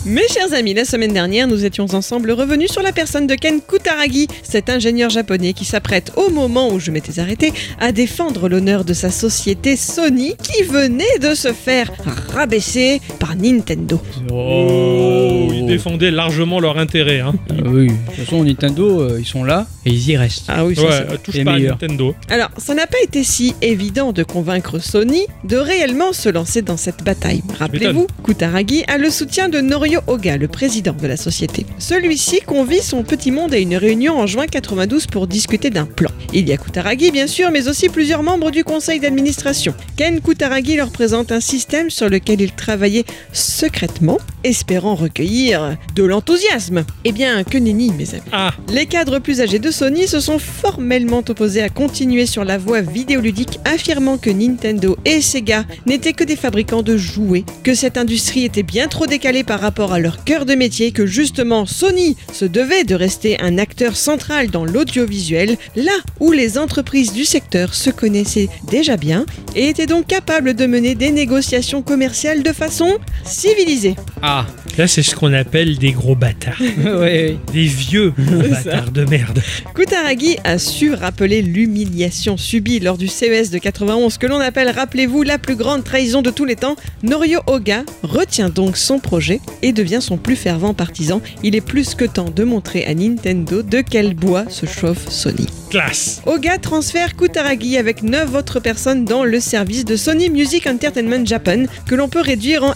Mes chers amis, la semaine dernière, nous étions ensemble revenus sur la personne de Ken Kutaragi, cet ingénieur japonais qui s'apprête, au moment où je m'étais arrêté, à défendre l'honneur de sa société Sony qui venait de se faire rabaisser par Nintendo. Oh, ils défendaient largement leur intérêt. Hein. Ah oui. De toute façon, Nintendo, euh, ils sont là et ils y restent. Ah oui, ça, Ouais, c'est- touche les pas à meilleurs. Nintendo. Alors, ça n'a pas été si évident de convaincre Sony de réellement se lancer dans cette bataille. Rappelez-vous, Kutaragi a le soutien de Norio Oga, le président de la société. Celui-ci convie son petit monde à une réunion en juin 92 pour discuter d'un plan. Il y a Kutaragi, bien sûr, mais aussi plusieurs membres du conseil d'administration. Ken Kutaragi leur présente un système sur lequel il travaillait secrètement espérant recueillir de l'enthousiasme. Eh bien, que nenni, mes amis. Ah, Les cadres plus âgés de Sony se sont formellement opposés à continuer sur la voie vidéoludique, affirmant que Nintendo et Sega n'étaient que des fabricants de jouets, que cette industrie était bien trop décalée par rapport à leur cœur de métier, que justement Sony se devait de rester un acteur central dans l'audiovisuel, là où les entreprises du secteur se connaissaient déjà bien et étaient donc capables de mener des négociations commerciales de façon civilisée. Ah, là c'est ce qu'on appelle des gros bâtards. ouais, ouais. Des vieux gros C'est ça. bâtards de merde. Kutaragi a su rappeler l'humiliation subie lors du CES de 91 que l'on appelle, rappelez-vous, la plus grande trahison de tous les temps. Norio Oga retient donc son projet et devient son plus fervent partisan. Il est plus que temps de montrer à Nintendo de quel bois se chauffe Sony. Classe. Oga transfère Kutaragi avec 9 autres personnes dans le service de Sony Music Entertainment Japan, que l'on peut réduire en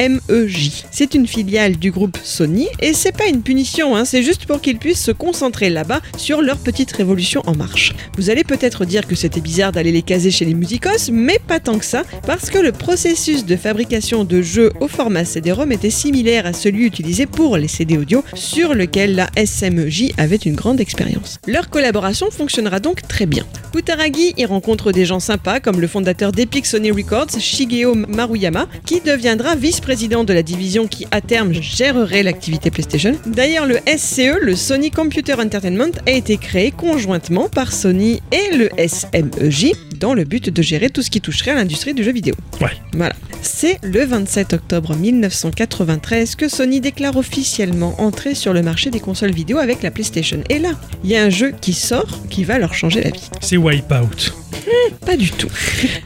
SMEJ. C'est une filiale du groupe Sony, et c'est pas une punition, hein, c'est juste pour qu'ils puissent se concentrer là-bas sur leur petite révolution en marche. Vous allez peut-être dire que c'était bizarre d'aller les caser chez les musicos, mais pas tant que ça, parce que le processus de fabrication de jeux au format CD-ROM était similaire à celui utilisé pour les CD audio, sur lequel la SMEJ avait une grande expérience. Leur collaboration fonctionnera donc très bien. Kutaragi y rencontre des gens sympas comme le fondateur d'Epic Sony Records, Shigeo Maruyama, qui deviendra vice-président de la division qui à terme gérerait l'activité PlayStation. D'ailleurs, le SCE, le Sony Computer Entertainment, a été créé conjointement par Sony et le SMEJ dans le but de gérer tout ce qui toucherait à l'industrie du jeu vidéo. Ouais. Voilà. C'est le 27 octobre 1993 que Sony déclare officiellement entrer sur le marché des consoles vidéo avec la PlayStation. Et là, il y a un jeu qui sort qui va leur changer la vie. C'est Wipeout. Pas du tout.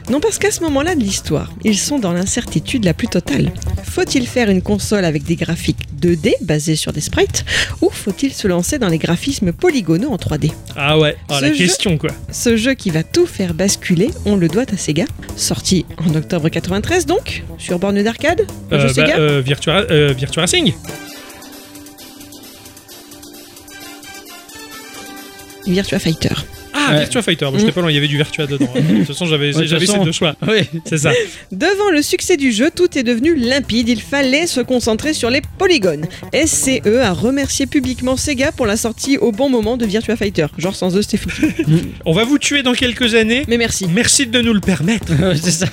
Non, parce qu'à ce moment-là de l'histoire, ils sont dans l'incertitude la plus totale. Faut-il faire une console avec des graphiques 2D basés sur des sprites ou faut-il se lancer dans les graphismes polygonaux en 3D Ah ouais. Ah, la Ce jeu- question quoi. Ce jeu qui va tout faire basculer, on le doit à Sega, sorti en octobre 93 donc, sur borne d'arcade, le jeu Euh, bah, Sega. euh, Virtua, euh, Virtua Racing. Virtua Fighter. Ah, Ouais. Virtua Fighter. Bah, J'étais pas loin. Il y avait du Virtua dedans. hein. De toute façon, j'avais Ouais, de toute j'avais ces façon. deux choix. Ouais. C'est ça. Devant le succès du jeu, tout est devenu limpide, il fallait se concentrer sur les polygones. SCE a remercié publiquement Sega pour la sortie au bon moment de Virtua Fighter. Genre sans eux, c'était foutu. On va vous tuer dans quelques années. Mais merci. Merci de nous le permettre. c'est ça.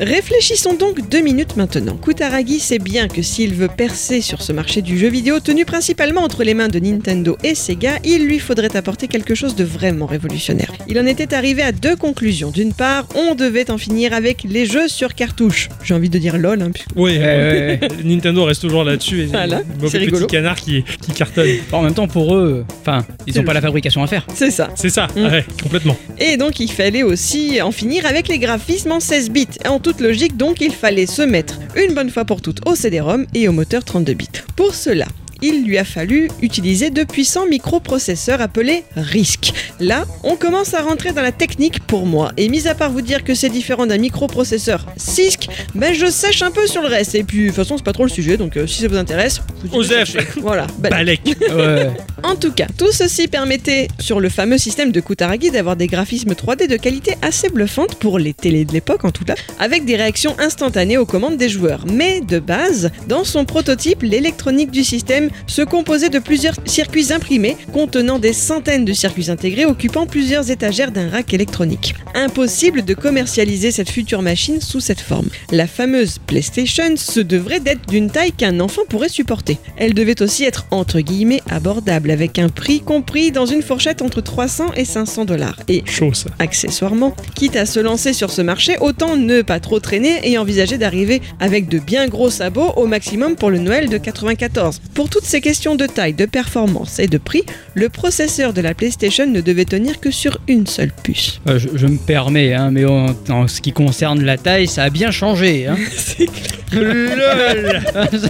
Réfléchissons donc deux minutes maintenant. Kutaragi sait bien que s'il veut percer sur ce marché du jeu vidéo tenu principalement entre les mains de Nintendo et Sega, il lui faudrait apporter quelque chose de vraiment révolutionnaire. Il en était arrivé à deux conclusions. D'une part, on devait en finir avec les jeux sur cartouche. J'ai envie de dire lol, hein, puisque- Oui. Ouais, ouais, ouais. Nintendo reste toujours là-dessus. et- Voilà, Mauvais c'est petit rigolo. canard qui, qui cartonne. En même temps, pour eux, enfin, ils n'ont pas la fabrication à faire. c'est ça. C'est ça. Mm. Ouais, complètement. Et donc il fallait aussi en finir avec les graphismes en 16 bits. En toute logique donc il fallait se mettre une bonne fois pour toutes au CD-ROM et au moteur 32 bits. Pour cela, il lui a fallu utiliser de puissants microprocesseurs appelés RISC. Là, on commence à rentrer dans la technique pour moi. Et mis à part vous dire que c'est différent d'un microprocesseur CISC, ben je sèche un peu sur le reste. Et puis de toute façon c'est pas trop le sujet, donc euh, si ça vous intéresse, vous irez Osef. chercher. Voilà. Ben, Balek. Balek. Ouais. En tout cas, tout ceci permettait, sur le fameux système de Kutaragi, d'avoir des graphismes 3D de qualité assez bluffante pour les télés de l'époque en tout cas, avec des réactions instantanées aux commandes des joueurs. Mais de base, dans son prototype, l'électronique du système se composait de plusieurs circuits imprimés contenant des centaines de circuits intégrés occupant plusieurs étagères d'un rack électronique. Impossible de commercialiser cette future machine sous cette forme. La fameuse PlayStation se devrait d'être d'une taille qu'un enfant pourrait supporter. Elle devait aussi être entre guillemets abordable avec un prix compris dans une fourchette entre 300 et 500 dollars. Et Chaud ça. accessoirement, quitte à se lancer sur ce marché, autant ne pas trop traîner et envisager d'arriver avec de bien gros sabots au maximum pour le Noël de 94. Pour toutes ces questions de taille, de performance et de prix, le processeur de la PlayStation ne devait tenir que sur une seule puce. Euh, je, je me permets, hein, mais en, en ce qui concerne la taille, ça a bien changé. Hein. LOL.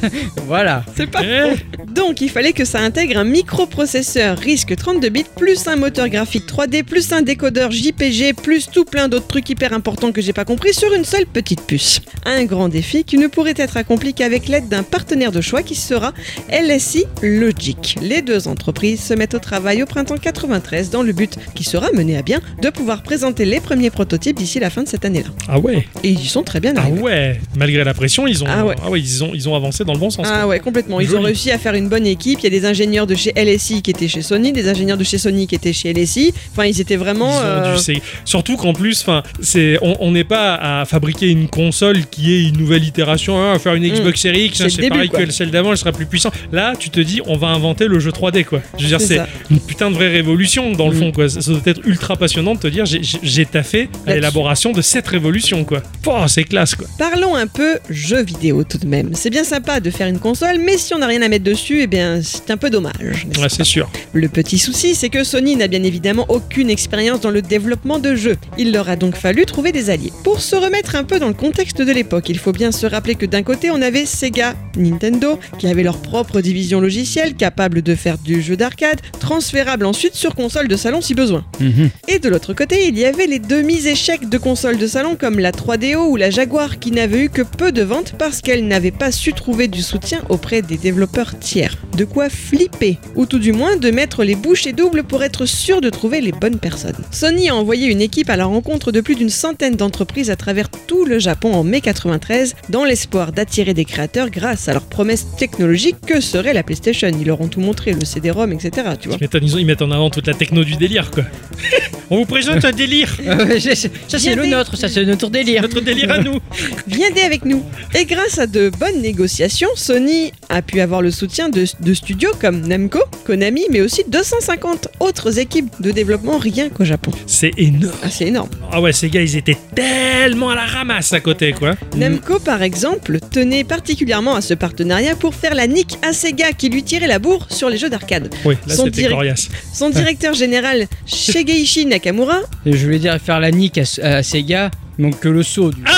voilà. C'est pas Eh, Donc il fallait que ça intègre un microprocesseur RISC 32 bits, plus un moteur graphique 3D, plus un décodeur JPG, plus tout plein d'autres trucs hyper importants que j'ai pas compris sur une seule petite puce. Un grand défi qui ne pourrait être accompli qu'avec l'aide d'un partenaire de choix qui sera LSI Logic. Les deux entreprises se mettent au travail au printemps 93 dans le but, qui sera mené à bien, de pouvoir présenter les premiers prototypes d'ici la fin de cette année-là. Ah ouais. Et ils y sont très bien Ah arrivés. ouais. Malgré la pression, ils ont, Ah ouais. ils ont, ils ont avancé dans le bon sens. Ah ouais, complètement. Ils Joli. ont réussi à faire une bonne équipe. Il y a des ingénieurs de chez LSI qui étaient chez Sony, des ingénieurs de chez Sony qui étaient chez LSI. Enfin, ils étaient Ils vraiment. ont euh, dû s'é- Surtout qu'en plus, enfin, c'est, on on n'est pas à fabriquer une console qui est une nouvelle itération, hein, à faire une Xbox Series X, Mm. C'est hein, le c'est début, pareil quoi. que celle d'avant, elle sera plus puissante. Là, tu te dis, on va inventer le jeu 3D, quoi. Je veux dire, C'est c'est, ça. une putain de vraie révolution dans le Mm. fond, quoi. Ça, ça doit être ultra passionnant de te dire, j'ai, j'ai- j'ai taffé à Là-dessus. l'élaboration de cette révolution, quoi. Pouah, c'est classe, quoi. Parlons un peu jeux vidéo tout de même. C'est bien sympa de faire une console, mais si on n'a rien à mettre dessus, eh bien c'est un peu dommage. n'est-ce Ouais, c'est pas sûr. Le petit souci, c'est que Sony n'a bien évidemment aucune expérience dans le développement de jeux. Il leur a donc fallu trouver des alliés. Pour se remettre un peu dans le contexte de l'époque, il faut bien se rappeler que d'un côté, on avait Sega, Nintendo, qui avaient leur propre division logicielle capable de faire du jeu d'arcade, transférable ensuite sur console de salon si besoin. Mhm. Et de l'autre côté, il y avait les demi-échecs de consoles de salon comme la 3DO ou la Jaguar qui n'avaient eu que peu de ventes parce qu'elles n'avaient pas su trouver du soutien auprès des développeurs tiers. De quoi flipper, ou tout du moins de mettre les bouchées doubles pour être sûr de trouver les bonnes personnes. Sony a envoyé une équipe à la rencontre de plus d'une centaine d'entreprises à travers tout le Japon en mai 93 dans l'espoir d'attirer des créateurs grâce à leur promesse technologique que serait la PlayStation. Ils leur ont tout montré, le CD-ROM, etc. Tu vois. Ils mettent, en- ils mettent en avant toute la techno du délire, quoi. on vous présente un délire, Euh, c'est- c'est- ça c'est Bien le fait. nôtre, ça c'est notre délire. notre délire à nous. Viens dès avec nous. Et grâce à de bonnes négociations, Sony a pu avoir le soutien de, de studios comme Namco, Konami, mais aussi 250 autres équipes de développement rien qu'au Japon. C'est énorme. Ah, c'est énorme. Ah ouais, ces gars, ils étaient tellement à la ramasse à côté, quoi. Namco, par exemple, tenait particulièrement à ce partenariat pour faire la nique à Sega qui lui tirait la bourre sur les jeux d'arcade. Oui, là, Son c'était direct- coriace. Son directeur général, Shigeishi Nakamura, Je voulais dire faire la nique à, à Sega, donc que le saut. Du coup.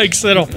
Excellent.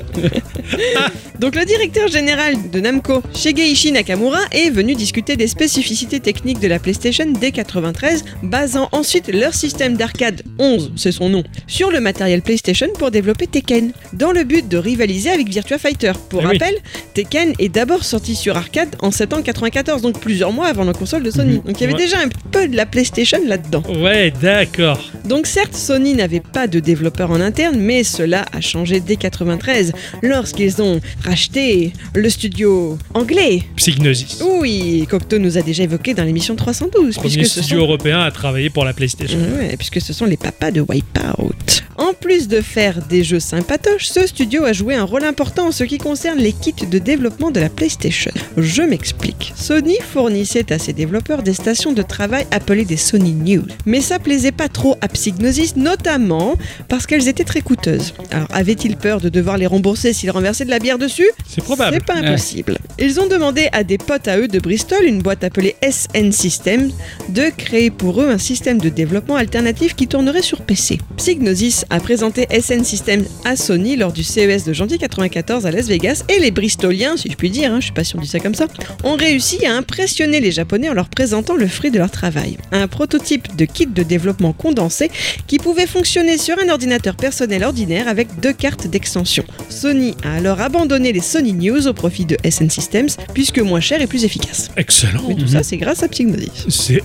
Donc le directeur général de Namco, Shigeishi Nakamura, est venu discuter des spécificités techniques de la PlayStation dès 93, basant ensuite leur système d'arcade 11, c'est son nom, sur le matériel PlayStation pour développer Tekken, dans le but de rivaliser avec Virtua Fighter. Pour Eh oui. rappel, Tekken est d'abord sorti sur arcade en septembre 94, donc plusieurs mois avant la console de Sony. Donc il y avait Mhm. Ouais. déjà un peu de la PlayStation là-dedans. Ouais, d'accord. Donc certes, Sony n'avait pas de développeur en interne, mais cela a changé dès 93 lorsqu'ils ont racheté le studio anglais. Psygnosis. Oui, Cocteau nous a déjà évoqué dans l'émission 312, Premier puisque ce, studio sont... Mm. européen à travailler pour la PlayStation. Euh, Ouais, puisque ce sont les papas de Wipeout. En plus de faire des jeux sympatoches, ce studio a joué un rôle important en ce qui concerne les kits de développement de la PlayStation. Je m'explique. Sony fournissait à ses développeurs des stations de travail appelées des Sony News. Mais ça plaisait pas trop à Psygnosis, notamment parce qu'elles étaient très coûteuses. Alors avait-il peur de devoir les rembourser s'ils renversaient de la bière dessus C'est probable. c'est pas impossible. Ils ont demandé à des potes à eux de Bristol, une boîte appelée SN Systems, de créer pour eux un système de développement alternatif qui tournerait sur PC. Psygnosis a présenté SN Systems à Sony lors du CES de janvier 94 à Las Vegas et les Bristoliens, si je puis dire, hein, je suis pas sûr de dire ça comme ça, ont réussi à impressionner les Japonais en leur présentant le fruit de leur travail. Un prototype de kit de développement condensé qui pouvait fonctionner sur un ordinateur personnel ordinaire avec deux cartes d'extension. Sony a alors abandonné les Sony News au profit de SN Systems, puisque moins cher et plus efficace. Excellent. Mais tout ça, c'est grâce à Psygnosis. C'est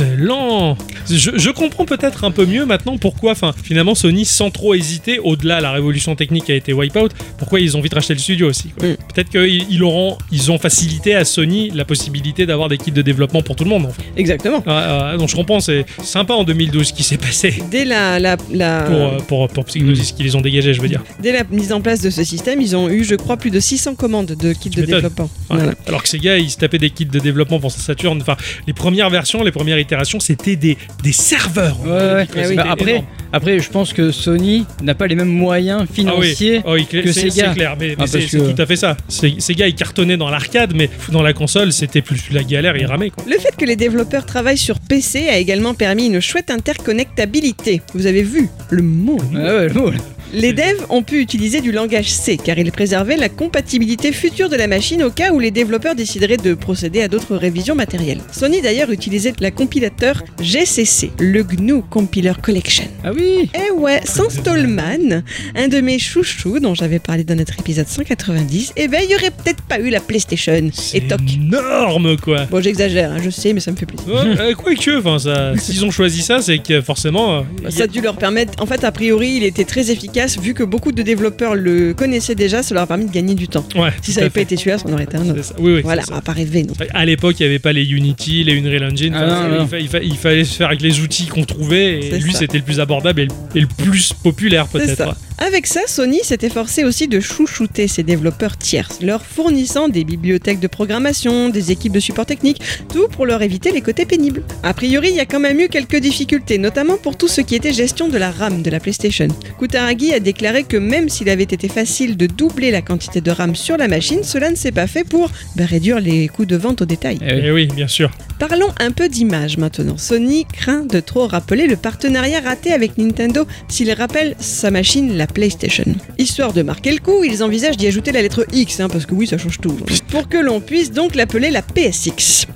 excellent. Je, je comprends peut-être un peu mieux maintenant pourquoi, enfin, finalement, Sony, sans trop hésiter, au-delà la révolution technique a été Wipeout, pourquoi ils ont vite racheté le studio aussi. quoi. Mm. Peut-être qu'ils ils auront, ils ont facilité à Sony la possibilité d'avoir des kits de développement pour tout le monde. en fait. Exactement. Ouais, ouais, donc je comprends, c'est sympa en 2012 ce qui s'est passé. Dès la, la- la- Pour, euh, pour, pour Psygnosis, qu'ils les ont dégagés, je veux dire. dès la mise en place de ce système, ils ont eu, je crois, plus de 600 commandes de kits Tu de m'étonnes. développement. Ouais. Voilà. Alors que ces gars, ils se tapaient des kits de développement pour sa Saturn. Enfin, les premières versions, les premières itérations, c'était des, des serveurs. Ouais, ouais. C'était Ah oui. Bah, après, énorme. après, je pense que Sony n'a pas les mêmes moyens Ah oui. financiers. Ah oui, cl- que c'est Sega. c'est clair, mais, mais Ah, c'est parce c'est que- tout à fait ça. Ces ces gars, ils cartonnaient dans l'arcade, mais dans la console, c'était plus la galère, ils ramaient. Quoi. Le fait que les développeurs travaillent sur PC a également permis une chouette interconnectabilité. Vous avez vu le mot Ah ouais, le mot, là. Les devs ont pu utiliser du langage C car ils préservaient la compatibilité future de la machine au cas où les développeurs décideraient de procéder à d'autres révisions matérielles. Sony d'ailleurs utilisait la compilateur GCC, le GNU Compiler Collection. Ah oui Eh ouais, sans Stallman, un de mes chouchous dont j'avais parlé dans notre épisode 190, eh ben il y aurait peut-être pas eu la PlayStation C'est et toc. énorme, quoi. Bon, j'exagère, hein, je sais, mais ça me fait plaisir. Ouais, euh, quoi que, enfin, ça, s'ils ont choisi ça, c'est que forcément, euh, Bah, Ça a dû leur permettre. En fait, a priori, il était très efficace efficace, vu que beaucoup de développeurs le connaissaient déjà, ça leur a permis de gagner du temps. Ouais, Si tout à ça n'avait pas fait. été celui-là, ça en aurait été un C'est autre. ça. Oui, oui, c'est Voilà, ça. on va pas rêver, nous. À l'époque, il n'y avait pas les Unity, les Unreal Engine. Ah, Enfin, non, non. il, fa- il fa- il fallait se faire avec les outils qu'on trouvait. Et C'est lui, ça. c'était le plus abordable et le, et le plus populaire, C'est peut-être. ça. Avec ça, Sony s'est efforcé aussi de chouchouter ses développeurs tiers, leur fournissant des bibliothèques de programmation, des équipes de support technique, tout pour leur éviter les côtés pénibles. A priori, il y a quand même eu quelques difficultés, notamment pour tout ce qui était gestion de la RAM de la PlayStation. Kutaragi a déclaré que même s'il avait été facile de doubler la quantité de RAM sur la machine, cela ne s'est pas fait pour bah, réduire les coûts de vente au détail. Eh oui. Et oui, bien sûr. Parlons un peu d'image maintenant. Sony craint de trop rappeler le partenariat raté avec Nintendo s'il rappelle sa machine, la PlayStation. Histoire de marquer le coup, ils envisagent d'y ajouter la lettre X, hein, parce que oui, ça change tout. Pour que l'on puisse donc l'appeler la PSX.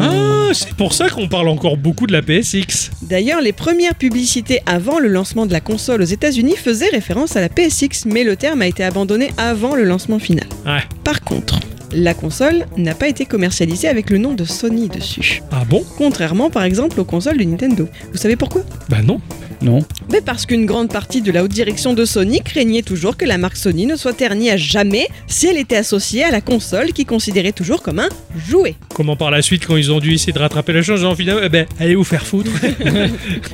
Ah, c'est pour ça qu'on parle encore beaucoup de la PSX. D'ailleurs, les premières publicités avant le lancement de la console aux États-Unis faisaient référence à la PSX, mais le terme a été abandonné avant le lancement final. Ouais. Par contre, la console n'a pas été commercialisée avec le nom de Sony dessus. Ah bon Contrairement par exemple aux consoles de Nintendo. Vous savez pourquoi Bah non. Non. Mais parce qu'une grande partie de la haute direction de Sony craignait toujours que la marque Sony ne soit ternie à jamais si elle était associée à la console qu'ils considéraient toujours comme un jouet. Comment par la suite, quand ils ont dû essayer de rattraper la chose, ils ont finalement, eh ben, allez vous faire foutre.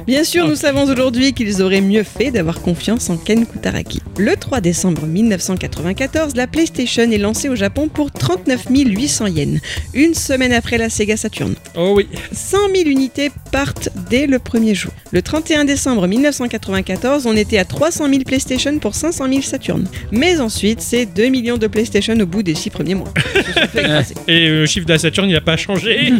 Bien sûr, nous savons aujourd'hui qu'ils auraient mieux fait d'avoir confiance en Ken Kutaraki. Le 3 décembre 1994, la PlayStation est lancée au Japon pour 39 800 yens, une semaine après la Sega Saturn. oh oui. 100 000 unités partent dès le premier jour. Le 31 décembre 1994, on était à 300 000 PlayStation pour 500 000 Saturn. Mais ensuite, c'est 2 millions de PlayStation au bout des 6 premiers mois. Ils se sont fait écraser. Et euh, le chiffre de la Saturn, il n'a pas changé.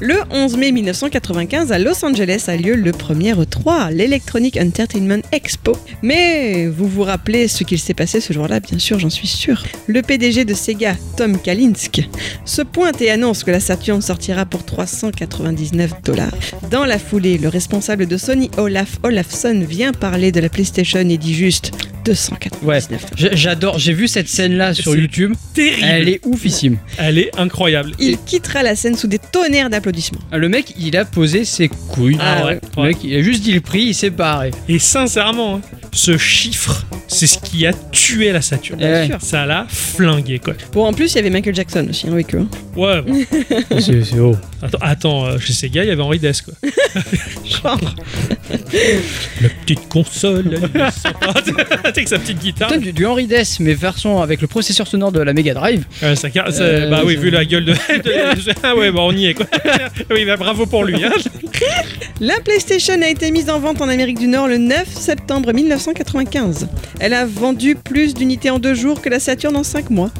Le 11 mai 1995, à Los Angeles, a lieu le premier E3, l'Electronic Entertainment Expo. Mais vous vous rappelez ce qu'il s'est passé ce jour-là, bien sûr, j'en suis sûr. Le PDG de Sega, Tom Kalinsk, se pointe et annonce que la Saturn sortira pour 399 dollars. Dans la foulée, le responsable de Sony, Olaf Olafsson, vient parler de la PlayStation et dit juste 299. J- J'adore, j'ai vu cette scène-là sur C'est- YouTube. Terrible. Elle est oufissime. Elle est incroyable. Il quittera la scène sous des tonnerres d'applaudissements. Ah, Le mec, il a posé ses couilles. Ah ouais, Le ouais. mec, il a juste dit le prix, il s'est barré. Et sincèrement, hein, ce chiffre, c'est ce qui a tué la Saturn. Eh ouais. sûr. Ça l'a flingué, quoi. Bon, en plus, il y avait Michael Jackson aussi hein, avec eux. hein. Ouais, bon. C'est c'est haut. attends, attends euh, chez Sega, il y avait Henri Dess, quoi. Genre, La petite console. elle est sympa. tu sais que sa petite guitare. Putain, du, du Henry Dess, mais version avec le processeur sonore de la Mega Drive. euh, ça car- ça- Euh, bah oui, je- vu la gueule de. de- ah ouais, bah on y est, quoi. oui, bah bravo pour lui. hein. La PlayStation a été mise en vente en Amérique du Nord le 9 septembre 1995. Elle a vendu plus d'unités en deux jours que la Saturn en cinq mois.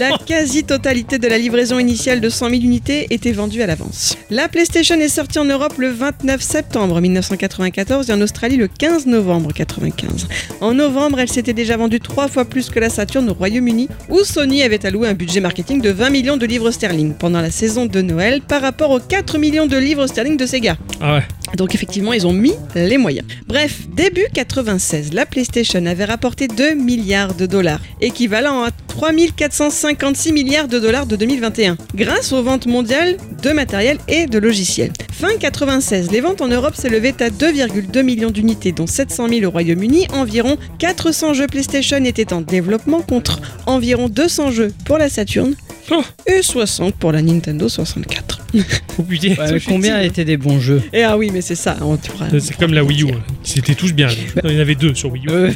La quasi-totalité de la livraison initiale de 100 000 unités était vendue à l'avance. La PlayStation est sortie en Europe le 29 septembre 1994 et en Australie le 15 novembre 1995. En novembre, elle s'était déjà vendue trois fois plus que la Saturn au Royaume-Uni, où Sony avait alloué un budget marketing de 20 millions de livres sterling pendant la saison de Noël par rapport aux 4 millions de livres sterling de Sega. Ah ouais. Donc effectivement, ils ont mis les moyens. Bref, début 96, la PlayStation avait rapporté 2 milliards de dollars, équivalent à 3456 milliards de dollars de 2021, grâce aux ventes mondiales de matériel et de logiciels. Fin 96, les ventes en Europe s'élevaient à 2,2 millions d'unités, dont 700 000 au Royaume-Uni. Environ 400 jeux PlayStation étaient en développement contre environ 200 jeux pour la Saturn Oh. et 60 pour la Nintendo 64. Oh putain. Ouais, ça, mais je suis euh, combien timide. étaient des bons jeux Et ah oui, mais c'est ça, on pourra- C'est comme la Wii U. hein. C'était tous bien. Non, il y en avait deux sur Wii U. Euh,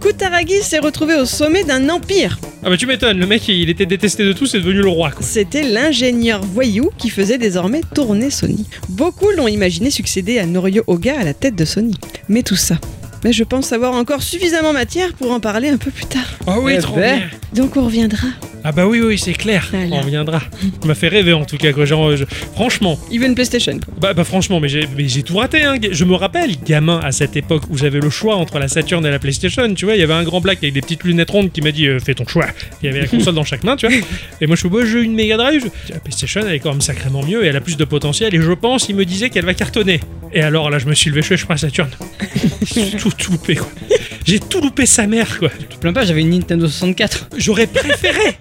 Kutaragi s'est retrouvé au sommet d'un empire. Ah bah tu m'étonnes, le mec il était détesté de tous, c'est devenu le roi quoi. C'était l'ingénieur voyou qui faisait désormais tourner Sony. Beaucoup l'ont imaginé succéder à Norio Oga à la tête de Sony. Mais tout ça, mais je pense avoir encore suffisamment matière pour en parler un peu plus tard. Ah oui, oui, trop bien. Donc on reviendra. Ah bah oui, oui, c'est clair, Voilà. on reviendra. Tu m'as fait rêver en tout cas quoi, genre, euh, je- franchement, Even PlayStation. quoi. bah, bah franchement, mais j'ai, mais j'ai tout raté hein. Je me rappelle, gamin, à cette époque où j'avais le choix entre la Saturn et la Playstation, tu vois, il y avait un grand black avec des petites lunettes rondes qui m'a dit euh, fais ton choix ». Il y avait la console dans chaque main, tu vois. Et moi je suis beau, j'ai une Mega Drive, Je- la Playstation elle est quand même sacrément mieux et elle a plus de potentiel et je pense, il me disait qu'elle va cartonner. Et alors là je me suis levé, je fais je prends la Saturn. j'ai tout, tout loupé quoi. J'ai tout loupé sa mère quoi. je te plains pas, j'avais une Nintendo 64. J'aurais préféré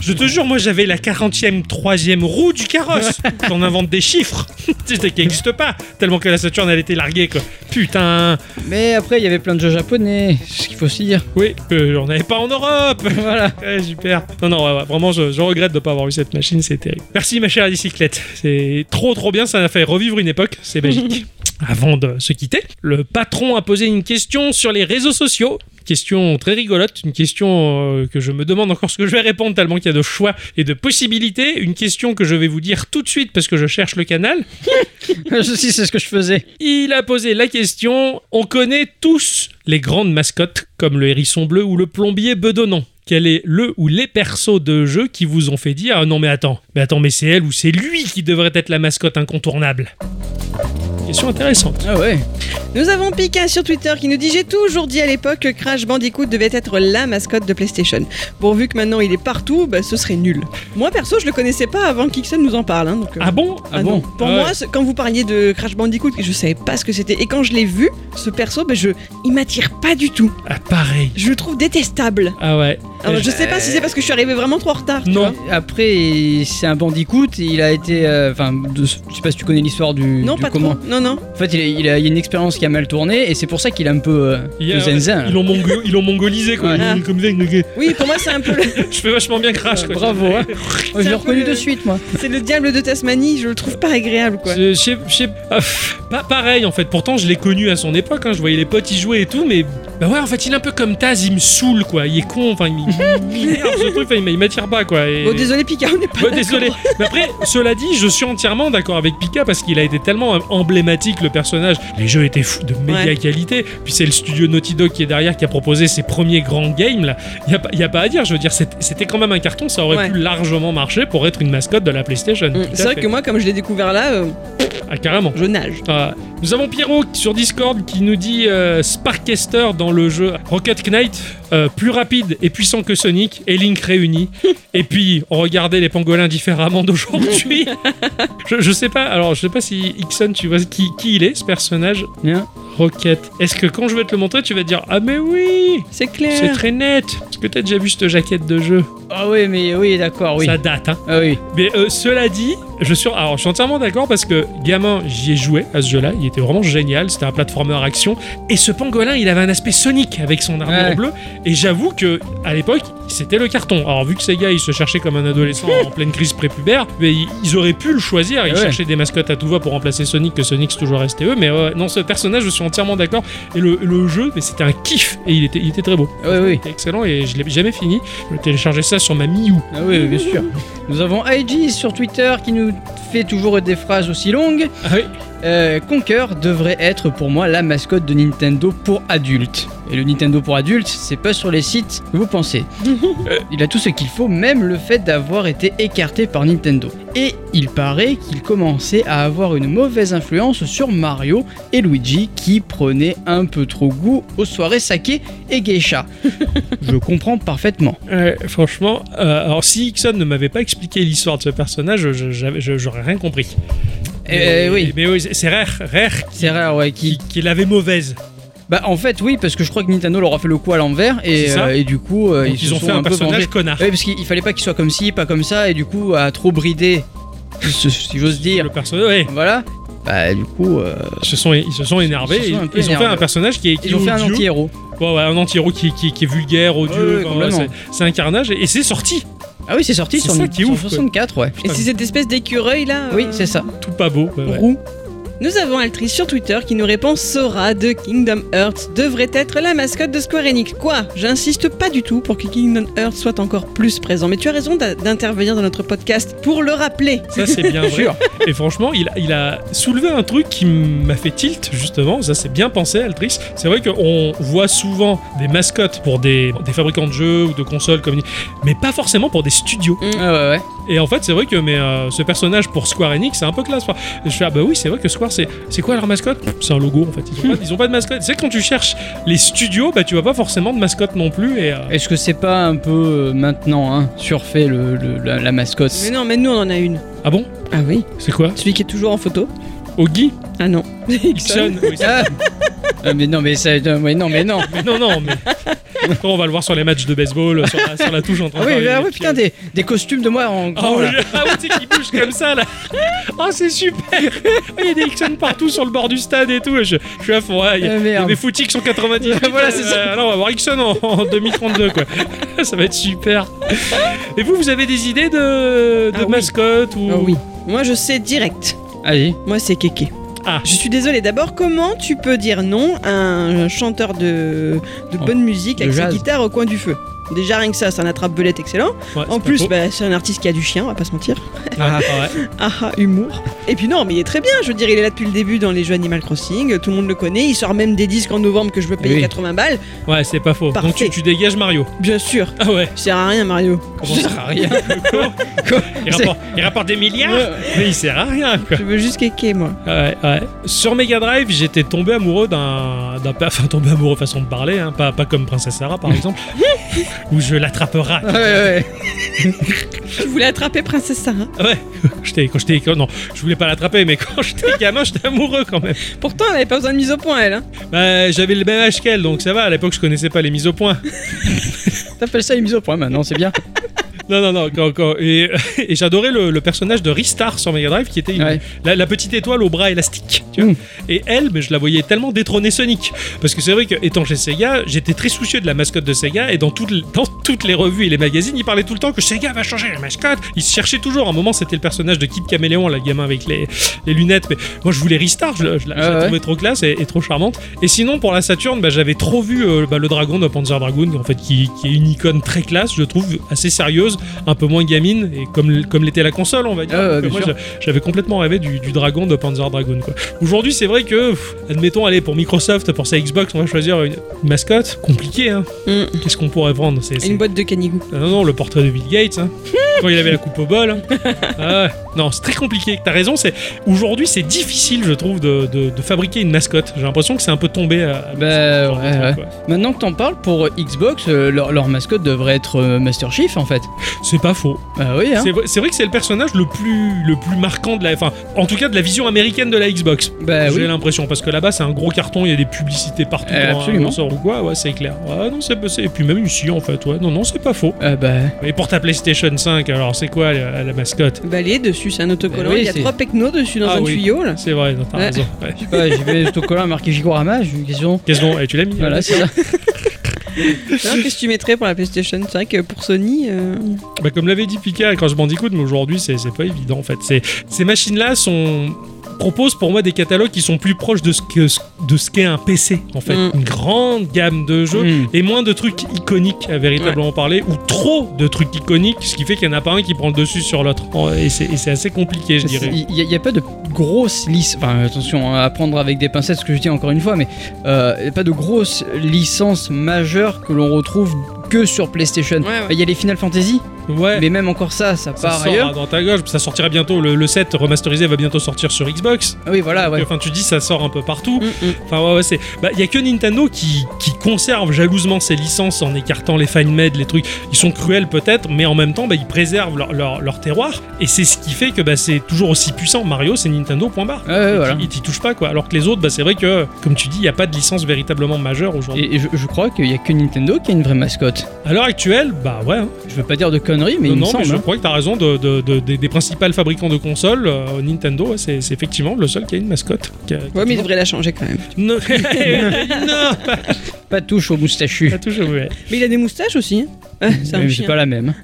Je te jure, moi j'avais la 40e, 3e roue du carrosse. J'en invente des chiffres Tu sais, qui n'existent pas, tellement que la Saturn elle était larguée quoi. Putain Mais après, il y avait plein de jeux japonais, c'est ce qu'il faut aussi dire. Oui, euh, on n'avait pas en Europe Voilà. Ouais, super. Non, non, ouais, ouais, vraiment, je, je regrette de ne pas avoir eu cette machine, c'est terrible. Merci, ma chère bicyclette. C'est trop, trop bien, ça m'a fait revivre une époque, c'est magique. Avant de se quitter, le patron a posé une question sur les réseaux sociaux. Question très rigolote, une question euh, que je me demande encore ce que je vais répondre tellement qu'il y a de choix et de possibilités. Une question que je vais vous dire tout de suite parce que je cherche le canal. Ceci, c'est ce que je faisais. Il a posé la question on connaît tous les grandes mascottes comme le hérisson bleu ou le plombier bedonnant. Quel est le ou les persos de jeu qui vous ont fait dire ah non mais attends, mais attends mais c'est elle ou c'est lui qui devrait être la mascotte incontournable Question intéressante. Ah ouais. Nous avons Pika sur Twitter qui nous dit J'ai toujours dit à l'époque que Crash Bandicoot devait être la mascotte de PlayStation. Bon, vu que maintenant il est partout, bah, ce serait nul. Moi perso, je le connaissais pas avant qu'Ixon nous en parle. hein, donc, euh, Ah bon ah non. Pour Ouais. moi, ce- quand vous parliez de Crash Bandicoot, je savais pas ce que c'était. Et quand je l'ai vu, ce perso, bah, je, il m'attire pas du tout. Ah pareil. Je le trouve détestable. Ah ouais. Alors, je sais pas si c'est parce que je suis arrivée vraiment trop en retard. tu Non. vois. Après, c'est un bandicoot. Il a été. euh, Enfin, de- je sais pas si tu connais l'histoire du. Non, du pas comment. trop. Non, non. En fait, il, est- il a, il y a une expérience qui a mal tourné et c'est pour ça qu'il est un peu, euh, Il y a- peu zinzin. Ils l'ont mongo- ils l'ont mongolisé quoi. Ouais. Ils- comme ça, ils- Oui, pour moi, c'est un peu le, Je fais vachement bien Crash quoi. Bravo, hein. Oh, C'est je l'ai un peu reconnu le- de suite, moi. c'est le diable de Tasmanie. Je le trouve pas agréable, quoi. Je je sais, je sais- ah, pff, pas pareil en fait. Pourtant, je l'ai connu à son époque. hein. Je voyais les potes y jouer et tout, mais bah ouais, en fait, il est un peu comme Taz. Il me saoule quoi. Il est con. Enfin, il il m'énerve ce truc. enfin, il m'attire pas quoi. Et- Bon, Oh, désolé, Pika, on n'est pas. Bon, désolé. Mais après, cela dit, je suis entièrement d'accord avec Pika parce qu'il a été tellement emblématique le personnage. Les jeux étaient fous de méga Ouais. qualité. Puis c'est le studio Naughty Dog qui est derrière qui a proposé ses premiers grands games là. Il y a, pas- y a pas à dire. Je veux dire, c'était c'était quand même un carton. Ça aurait Ouais. pu largement marcher pour être une mascotte de la PlayStation. Hum, Tout à C'est vrai fait. que moi, comme je l'ai découvert là, euh, Ah, carrément. je nage. Ah, nous avons Pierrot sur Discord qui nous dit euh, Sparkester dans le jeu Rocket Knight, euh, plus rapide et puissant que Sonic et Link réunis. et puis, on regardait les pangolins différemment d'aujourd'hui. je, je sais pas, alors je sais pas si Ixon, tu vois qui, qui il est ce personnage Bien. Rocket. Est-ce que quand je vais te le montrer, tu vas te dire Ah, mais oui C'est C'est clair. très net. Est-ce que t'as déjà vu cette jaquette de jeu Ah oui, mais oui, d'accord, oui. Ça date, hein. Ah oui. Mais euh, cela dit, je suis, alors, je suis entièrement d'accord parce que gamin, j'y ai joué à ce jeu-là. Il était vraiment génial. C'était un platformer action. Et ce pangolin, il avait un aspect sonique avec son armure Ouais. bleue. Et j'avoue que à l'époque, c'était le carton. Alors, vu que ces gars, ils se cherchaient comme un adolescent en pleine crise prépubère, mais ils, ils auraient pu le choisir. Ils Ouais. cherchaient des mascottes à tout va pour remplacer Sonic, que Sonic, c'est toujours resté eux. Mais euh, non, ce personnage, je suis entièrement d'accord. Et le, le jeu, mais c'était un kiff. Et il était, il était très beau. Ah oui, oui. C'était excellent. Et je l'ai jamais fini. Je téléchargeais ça sur ma Miu. Ah oui, bien sûr. Nous avons IG sur Twitter qui nous fait toujours des phrases aussi longues. Ah oui. Euh, Conker devrait être pour moi la mascotte de Nintendo pour adultes. Et le Nintendo pour adultes, c'est pas sur les sites que vous pensez. Euh, il a tout ce qu'il faut, même le fait d'avoir été écarté par Nintendo. Et il paraît qu'il commençait à avoir une mauvaise influence sur Mario et Luigi qui prenaient un peu trop goût aux soirées saké et geisha. Je comprends parfaitement. Ouais, franchement, euh, alors si Ixon ne m'avait pas expliqué l'histoire de ce personnage, je- j'avais- je- j'aurais rien compris. Euh, oui. Mais oui, c'est- c'est rare, rare C'est rare, ouais, qui, qu'il qu'il l'avait mauvaise. Bah en fait oui parce que je crois que Nintendo leur a fait le coup à l'envers C'est et, ça. euh, et du coup euh, Donc, ils, ils, se ont sont fait un, peu personnage vengés. connard. Ouais, parce qu'il fallait pas qu'il soit comme ci pas comme ça et du coup à trop brider si si j'ose dire Le personnage, ouais, voilà bah du coup euh, ils se sont, ils se sont énervés. Ils se sont un ils, peu ils ont fait énervés. un personnage qui est, qui ils ont est fait un odieux. anti-héros Ouais, ouais, un anti-héros qui, qui- qui est vulgaire, odieux. Ouais, ouais, enfin, ouais, complètement. c'est- c'est un carnage et, et c'est sorti. ah oui c'est sorti C'est sur, ça qui est sur ouf, quoi. 64 ouais Et c'est cette espèce d'écureuil là. oui euh, c'est ça Tout pas beau. ouais, ouais. roux Nous avons Altrice sur Twitter qui nous répond Sora de Kingdom Hearts devrait être la mascotte de Square Enix. Quoi J'insiste pas du tout pour que Kingdom Hearts soit encore plus présent, mais tu as raison d'a- d'intervenir dans notre podcast pour le rappeler. Ça, c'est bien vrai. sûr Et franchement, il, il a soulevé un truc qui m'a fait tilt, justement. Ça, c'est bien pensé, Altrix. C'est vrai qu'on voit souvent des mascottes pour des, des fabricants de jeux ou de consoles, comme... mais pas forcément pour des studios. ah ouais ouais Et en fait, c'est vrai que mais, euh, ce personnage pour Square Enix, c'est un peu classe. Enfin, je suis ah bah oui, c'est vrai que Square, c'est c'est quoi leur mascotte Pff, C'est un logo, en fait. Ils ont pas, ils ont pas de mascotte. C'est quand tu cherches les studios, bah tu vois pas forcément de mascotte non plus. Et, euh, est-ce que c'est pas un peu euh, maintenant hein, surfait le, le- la, la mascotte Mais non, mais nous on en a une. Ah bon Ah oui C'est quoi Celui qui est toujours en photo Ogi Ah non. Ixon Oui, c'est- Ah Ah, mais non mais ça euh, ouais, non mais non mais Non, non, mais Après, on va le voir sur les matchs de baseball, sur la, sur la touche en train Ah de oui, parler, ah et oui, puis, putain, euh, des, des costumes de moi en Ah grand, oui, là. ah oui, tu sais, qui bouge comme ça là. Oh, c'est super. Ah, Il y a des Ixon partout sur le bord du stade et tout. Je, je suis à fond. ouais, Il y a, il y Ah, a merde. Ah, des footies qui sont 90. Voilà, c'est ça. alors Euh, on va voir Ixon en, en 2032 quoi. ça va être super. Et vous, vous avez des idées de, de Ah oui. mascotte ou Ah oui. Moi, je sais direct. Allez. Moi, c'est Kéké. Ah. Je suis désolée. D'abord, comment tu peux dire non à un chanteur de, de Oh, bonne musique de avec ses jazz. guitares au coin du feu Déjà, rien que ça, c'est un attrape-belette excellent. Ouais, c'est pas En plus, faux. bah, c'est un artiste qui a du chien, on va pas se mentir. bah, Ah, ouais. Ah ah, humour. Et puis non, mais il est très bien. Je veux dire, il est là depuis le début dans les jeux Animal Crossing. Tout le monde le connaît. Il sort même des disques en novembre que je veux payer Oui. 80 balles. Ouais, c'est pas faux. Donc Parfait. tu, tu dégages Mario. Bien sûr. Ah ouais. Il sert à rien, Mario. Comment ça sert à rien il, C'est- rapporte, il rapporte des milliards, mais il sert à rien quoi. Je veux juste kéké, moi. Ouais, ouais. Sur Mega Drive, j'étais tombé amoureux d'un, d'un pa- enfin tombé amoureux façon de parler, hein, pas, pas comme Princesse Sarah par exemple, où je l'attrapera. Ouais, ouais. Tu voulais attraper Princesse Sarah. Ah Ouais, j'étais, quand j'étais, quand- non, je voulais pas l'attraper, mais quand j'étais gamin, j'étais amoureux quand même. Pourtant, elle avait pas besoin de mise au point, elle. Hein. Bah, j'avais le même âge qu'elle, donc ça va. À l'époque, je connaissais pas les mises au point. T'appelles ça une mise au point maintenant, c'est bien. Non, non, non. quand- quand- et, et j'adorais le, le personnage de Ristar sur Mega Drive, qui était une- Ouais. la, la petite étoile au bras élastique. tu vois. Mm. Et elle, mais je la voyais tellement détrôner Sonic. Parce que c'est vrai que, étant chez Sega, j'étais très soucieux de la mascotte de Sega. Et dans, toutes- dans toutes les revues et les magazines, ils parlaient tout le temps que Sega va changer la mascotte. Ils se cherchaient toujours. À un moment, c'était le personnage de Kid Caméléon, là, le gamin avec les, les lunettes. Mais moi, je voulais Ristar. Je, la- je la je la Ah ouais. trouvais trop classe et, et trop charmante. Et sinon, pour la Saturne, bah, j'avais trop vu euh, bah, le dragon de Panzer Dragoon, en fait, qui, qui est une icône très classe, je trouve, assez sérieuse, un peu moins gamine, et comme, l- comme l'était la console, on va dire. Ah ouais, Donc, bien moi, sûr. j'a- j'avais complètement rêvé du, du dragon de Panzer Dragoon. quoi. Aujourd'hui, c'est vrai que, pff, admettons, allez, pour Microsoft, pour sa Xbox, on va choisir une une mascotte. Compliqué, hein. Mm. Qu'est-ce qu'on pourrait prendre C'est- Et Une c'est- boîte de canigou. ah Non, non, le portrait de Bill Gates, hein. quand il avait la coupe au bol. hein. Ah ouais. Non, c'est très compliqué. T'as raison, c'est aujourd'hui c'est difficile, je trouve, de, de- de fabriquer une mascotte. J'ai l'impression que c'est un peu tombé. À... à- Bah, genre de ouais, truc, quoi. Maintenant que t'en parles, pour Xbox, euh, leur, leur mascotte devrait être euh, Master Chief en fait. C'est pas faux. Bah oui, hein. C'est vrai, c'est vrai que c'est le personnage le plus, le plus marquant de la, enfin, en tout cas de la vision américaine de la Xbox. Bah J'ai oui. l'impression parce que là-bas c'est un gros carton, il y a des publicités partout. Euh, dans un absolument. ressort ou quoi, ouais, c'est clair. Ouais, non, c'est c'est- et puis même ici en fait, ouais, non, non, c'est pas faux. Ah bah, Et pour ta PlayStation 5, alors c'est quoi la- la mascotte Bah, elle est dessus, c'est un autocollant. Bah oui, il y a c'est- trois pecnos dessus dans Ah un oui. tuyau, là. C'est vrai, non, t'as Ouais. raison. ouais. je sais pas, j'y vais autocollant marqué Gigorama, j'ai une question. Qu'est-ce qu'on eh, Tu l'as mis Voilà, c'est ça. Alors, qu'est-ce que tu mettrais pour la PlayStation 5 Pour Sony euh, Bah, comme l'avait dit Pika quand je Bandicoot, mais aujourd'hui c'est c'est pas évident en fait. C'est- Ces machines-là sont proposent pour moi des catalogues qui sont plus proches de ce que de ce qu'est un PC en fait Mm. une grande gamme de jeux Mm. et moins de trucs iconiques à véritablement parler ou trop de trucs iconiques ce qui fait qu'il n'y en a pas un qui prend le dessus sur l'autre Oh, et c'est et c'est assez compliqué je dirais Il n'y a, pas de grosse licence. Enfin, attention, hein, à prendre avec des pincettes ce que je dis encore une fois, mais euh, y a pas de grosse licence majeure que l'on retrouve que sur PlayStation. Il Ouais, ouais. y a les Final Fantasy, ouais mais même encore ça, ça ça part sort ailleurs. à droite à gauche ça sortira bientôt le, le 7 remasterisé va bientôt sortir sur Xbox Ah Oui, voilà, ouais. enfin tu dis ça sort un peu partout mm, mm. Enfin ouais, ouais c'est. Bah y a que Nintendo qui, qui conserve jalousement ses licences en écartant les fan-made, les trucs. Ils sont cruels peut-être, mais en même temps bah, ils préservent leur, leur, leur terroir et c'est ce qui fait que bah, c'est toujours aussi puissant. Mario c'est Nintendo point barre. Ouais, ouais, Et voilà. tu- Ils t'y touchent pas quoi. Alors que les autres bah c'est vrai que comme tu dis il y a pas de licence véritablement majeure aujourd'hui. Et je, je crois qu'il n'y a que Nintendo qui a une vraie mascotte. À l'heure actuelle bah ouais. hein. Je veux pas dire de conneries, mais non il me non, mais semble. je hein. crois que t'as raison de, de- de- des, des principaux fabricants de consoles euh, Nintendo ouais, c'est c'est effectivement le seul qui a une mascotte. qui a- qui a Ouais, mais il toujours- devrait la changer quand même. non, non, pas, Pas de touche au moustachu. pas toujours, ouais. Mais il a des moustaches aussi. hein. c'est un Mais C'est chien. pas la même.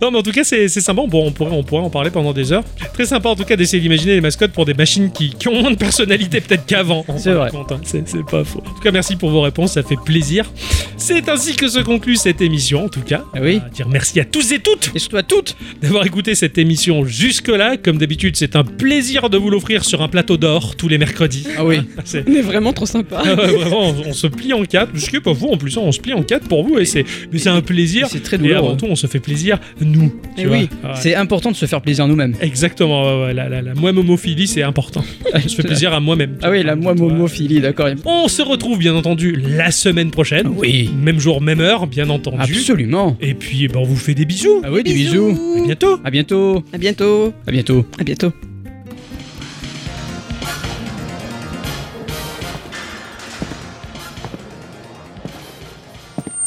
Non, mais en tout cas, c'est c'est sympa. On pourrait, on, pourrait, on pourrait en parler pendant des heures. Très sympa, en tout cas, d'essayer d'imaginer les mascottes pour des machines qui, qui ont moins de personnalité, peut-être qu'avant. en C'est fin de vrai. compte, hein. C'est c'est pas faux. En tout cas, merci pour vos réponses. Ça fait plaisir. C'est ainsi que se conclut cette émission, en tout cas. Ah oui. On va Dire merci à tous et toutes Et surtout à toutes d'avoir écouté cette émission jusque-là. Comme d'habitude, c'est un plaisir de vous l'offrir sur un plateau d'or tous les mercredis. Ah oui. C'est- On est vraiment trop sympa. Ah ouais, vraiment, on, on se plie en quatre. Ce qui est pas vous, en plus, hein, on se plie en quatre pour vous et c'est mais c'est un plaisir. Ah, C'est très Et avant douloureux. tout, on se fait plaisir, nous. Tu Et vois. Eh Ah, oui, Ouais. c'est important de se faire plaisir nous-mêmes. Exactement, ouais, ouais, la, la, la moelle momophilie, c'est important. Je fais plaisir à moi-même. Ah oui, la moi momophilie, d'accord. On se retrouve bien entendu la semaine prochaine. Ah Oui, Même jour, même heure, bien entendu. absolument. Et puis, eh ben, on vous fait des bisous. Ah oui, des bisous. À bientôt. À bientôt. À bientôt. À bientôt. À bientôt.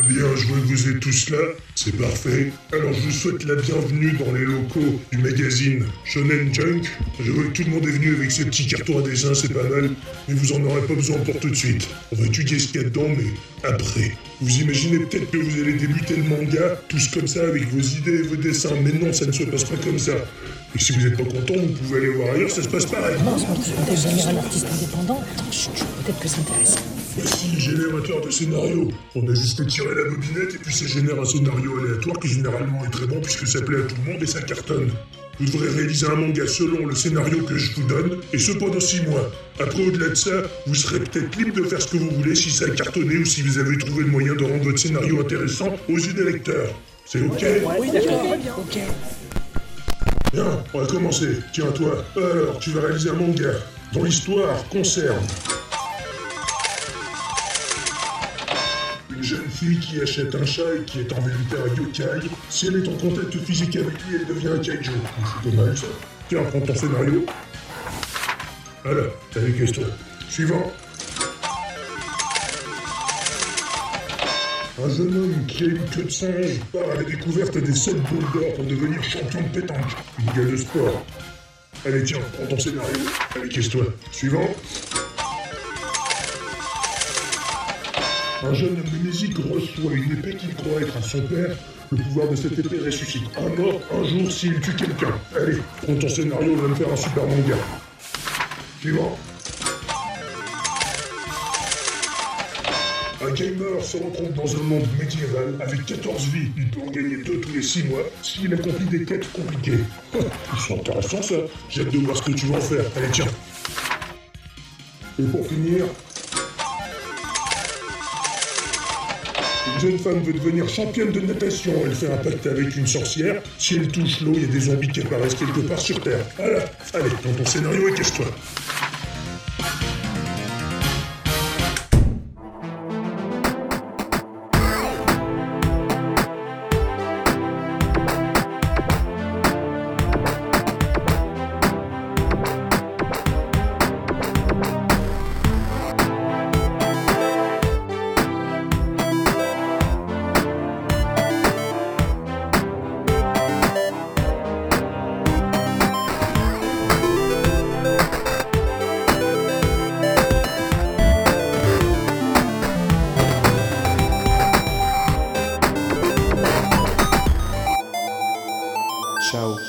The Bien joué, vous êtes tous là. C'est parfait. Alors je vous souhaite la bienvenue dans les locaux du magazine Shonen Junk. Je vois que tout le monde est venu avec ses petits cartons à dessin, c'est pas mal. Mais vous en aurez pas besoin pour tout de suite. On va étudier ce qu'il y a dedans, mais après. Vous imaginez peut-être que vous allez débuter le manga, tous comme ça, avec vos idées et vos dessins. Mais non, ça ne se passe pas comme ça. Et si vous n'êtes pas content, vous pouvez aller voir ailleurs, ça se passe pareil. Non, c'est pas possible de devenir un artiste indépendant. Attends, chut, chut, peut-être que ça intéresse. Voici générateur de scénario. On a juste tiré la bobinette et puis ça génère un scénario aléatoire qui généralement est très bon puisque ça plaît à tout le monde et ça cartonne. Vous devrez réaliser un manga selon le scénario que je vous donne, et ce pendant 6 mois. Après, au-delà de ça, vous serez peut-être libre de faire ce que vous voulez si ça a cartonné ou si vous avez trouvé le moyen de rendre votre scénario intéressant aux yeux des lecteurs. C'est ok Oui, d'accord, ok. Bien, on va commencer. Tiens, toi. Alors, tu vas réaliser un manga dont l'histoire concerne. Une jeune fille qui achète un chat et qui est en vérité un yokai. Si elle est en contact physique avec lui, elle devient un kaiju. C'est dommage, ça. Tiens, prends ton scénario. Alors, t'as les questions. Suivant. Un jeune homme qui a une queue de singe part à la découverte des sept boules d'or pour devenir champion de pétanque. Une gueule de sport. Allez, tiens, prends ton scénario. Allez, caisse-toi. Suivant. Un jeune homme amnésique reçoit une épée qu'il croit être à son père. Le pouvoir de cette épée ressuscite un mort un jour s'il tue quelqu'un. Allez, prends ton scénario, on va me faire un super manga. Suivant. Un gamer se rencontre dans un monde médiéval avec 14 vies. Il peut en gagner 2 tous les 6 mois s'il accomplit des quêtes compliquées. Hum, C'est intéressant ça. J'ai hâte de voir ce que tu vas en faire. Allez, tiens. Et pour finir, Une jeune femme veut devenir championne de natation. Elle fait un pacte avec une sorcière. Si elle touche l'eau, il y a des zombies qui apparaissent quelque part sur Terre. Voilà. Allez, dans ton scénario et cache-toi. Ciao.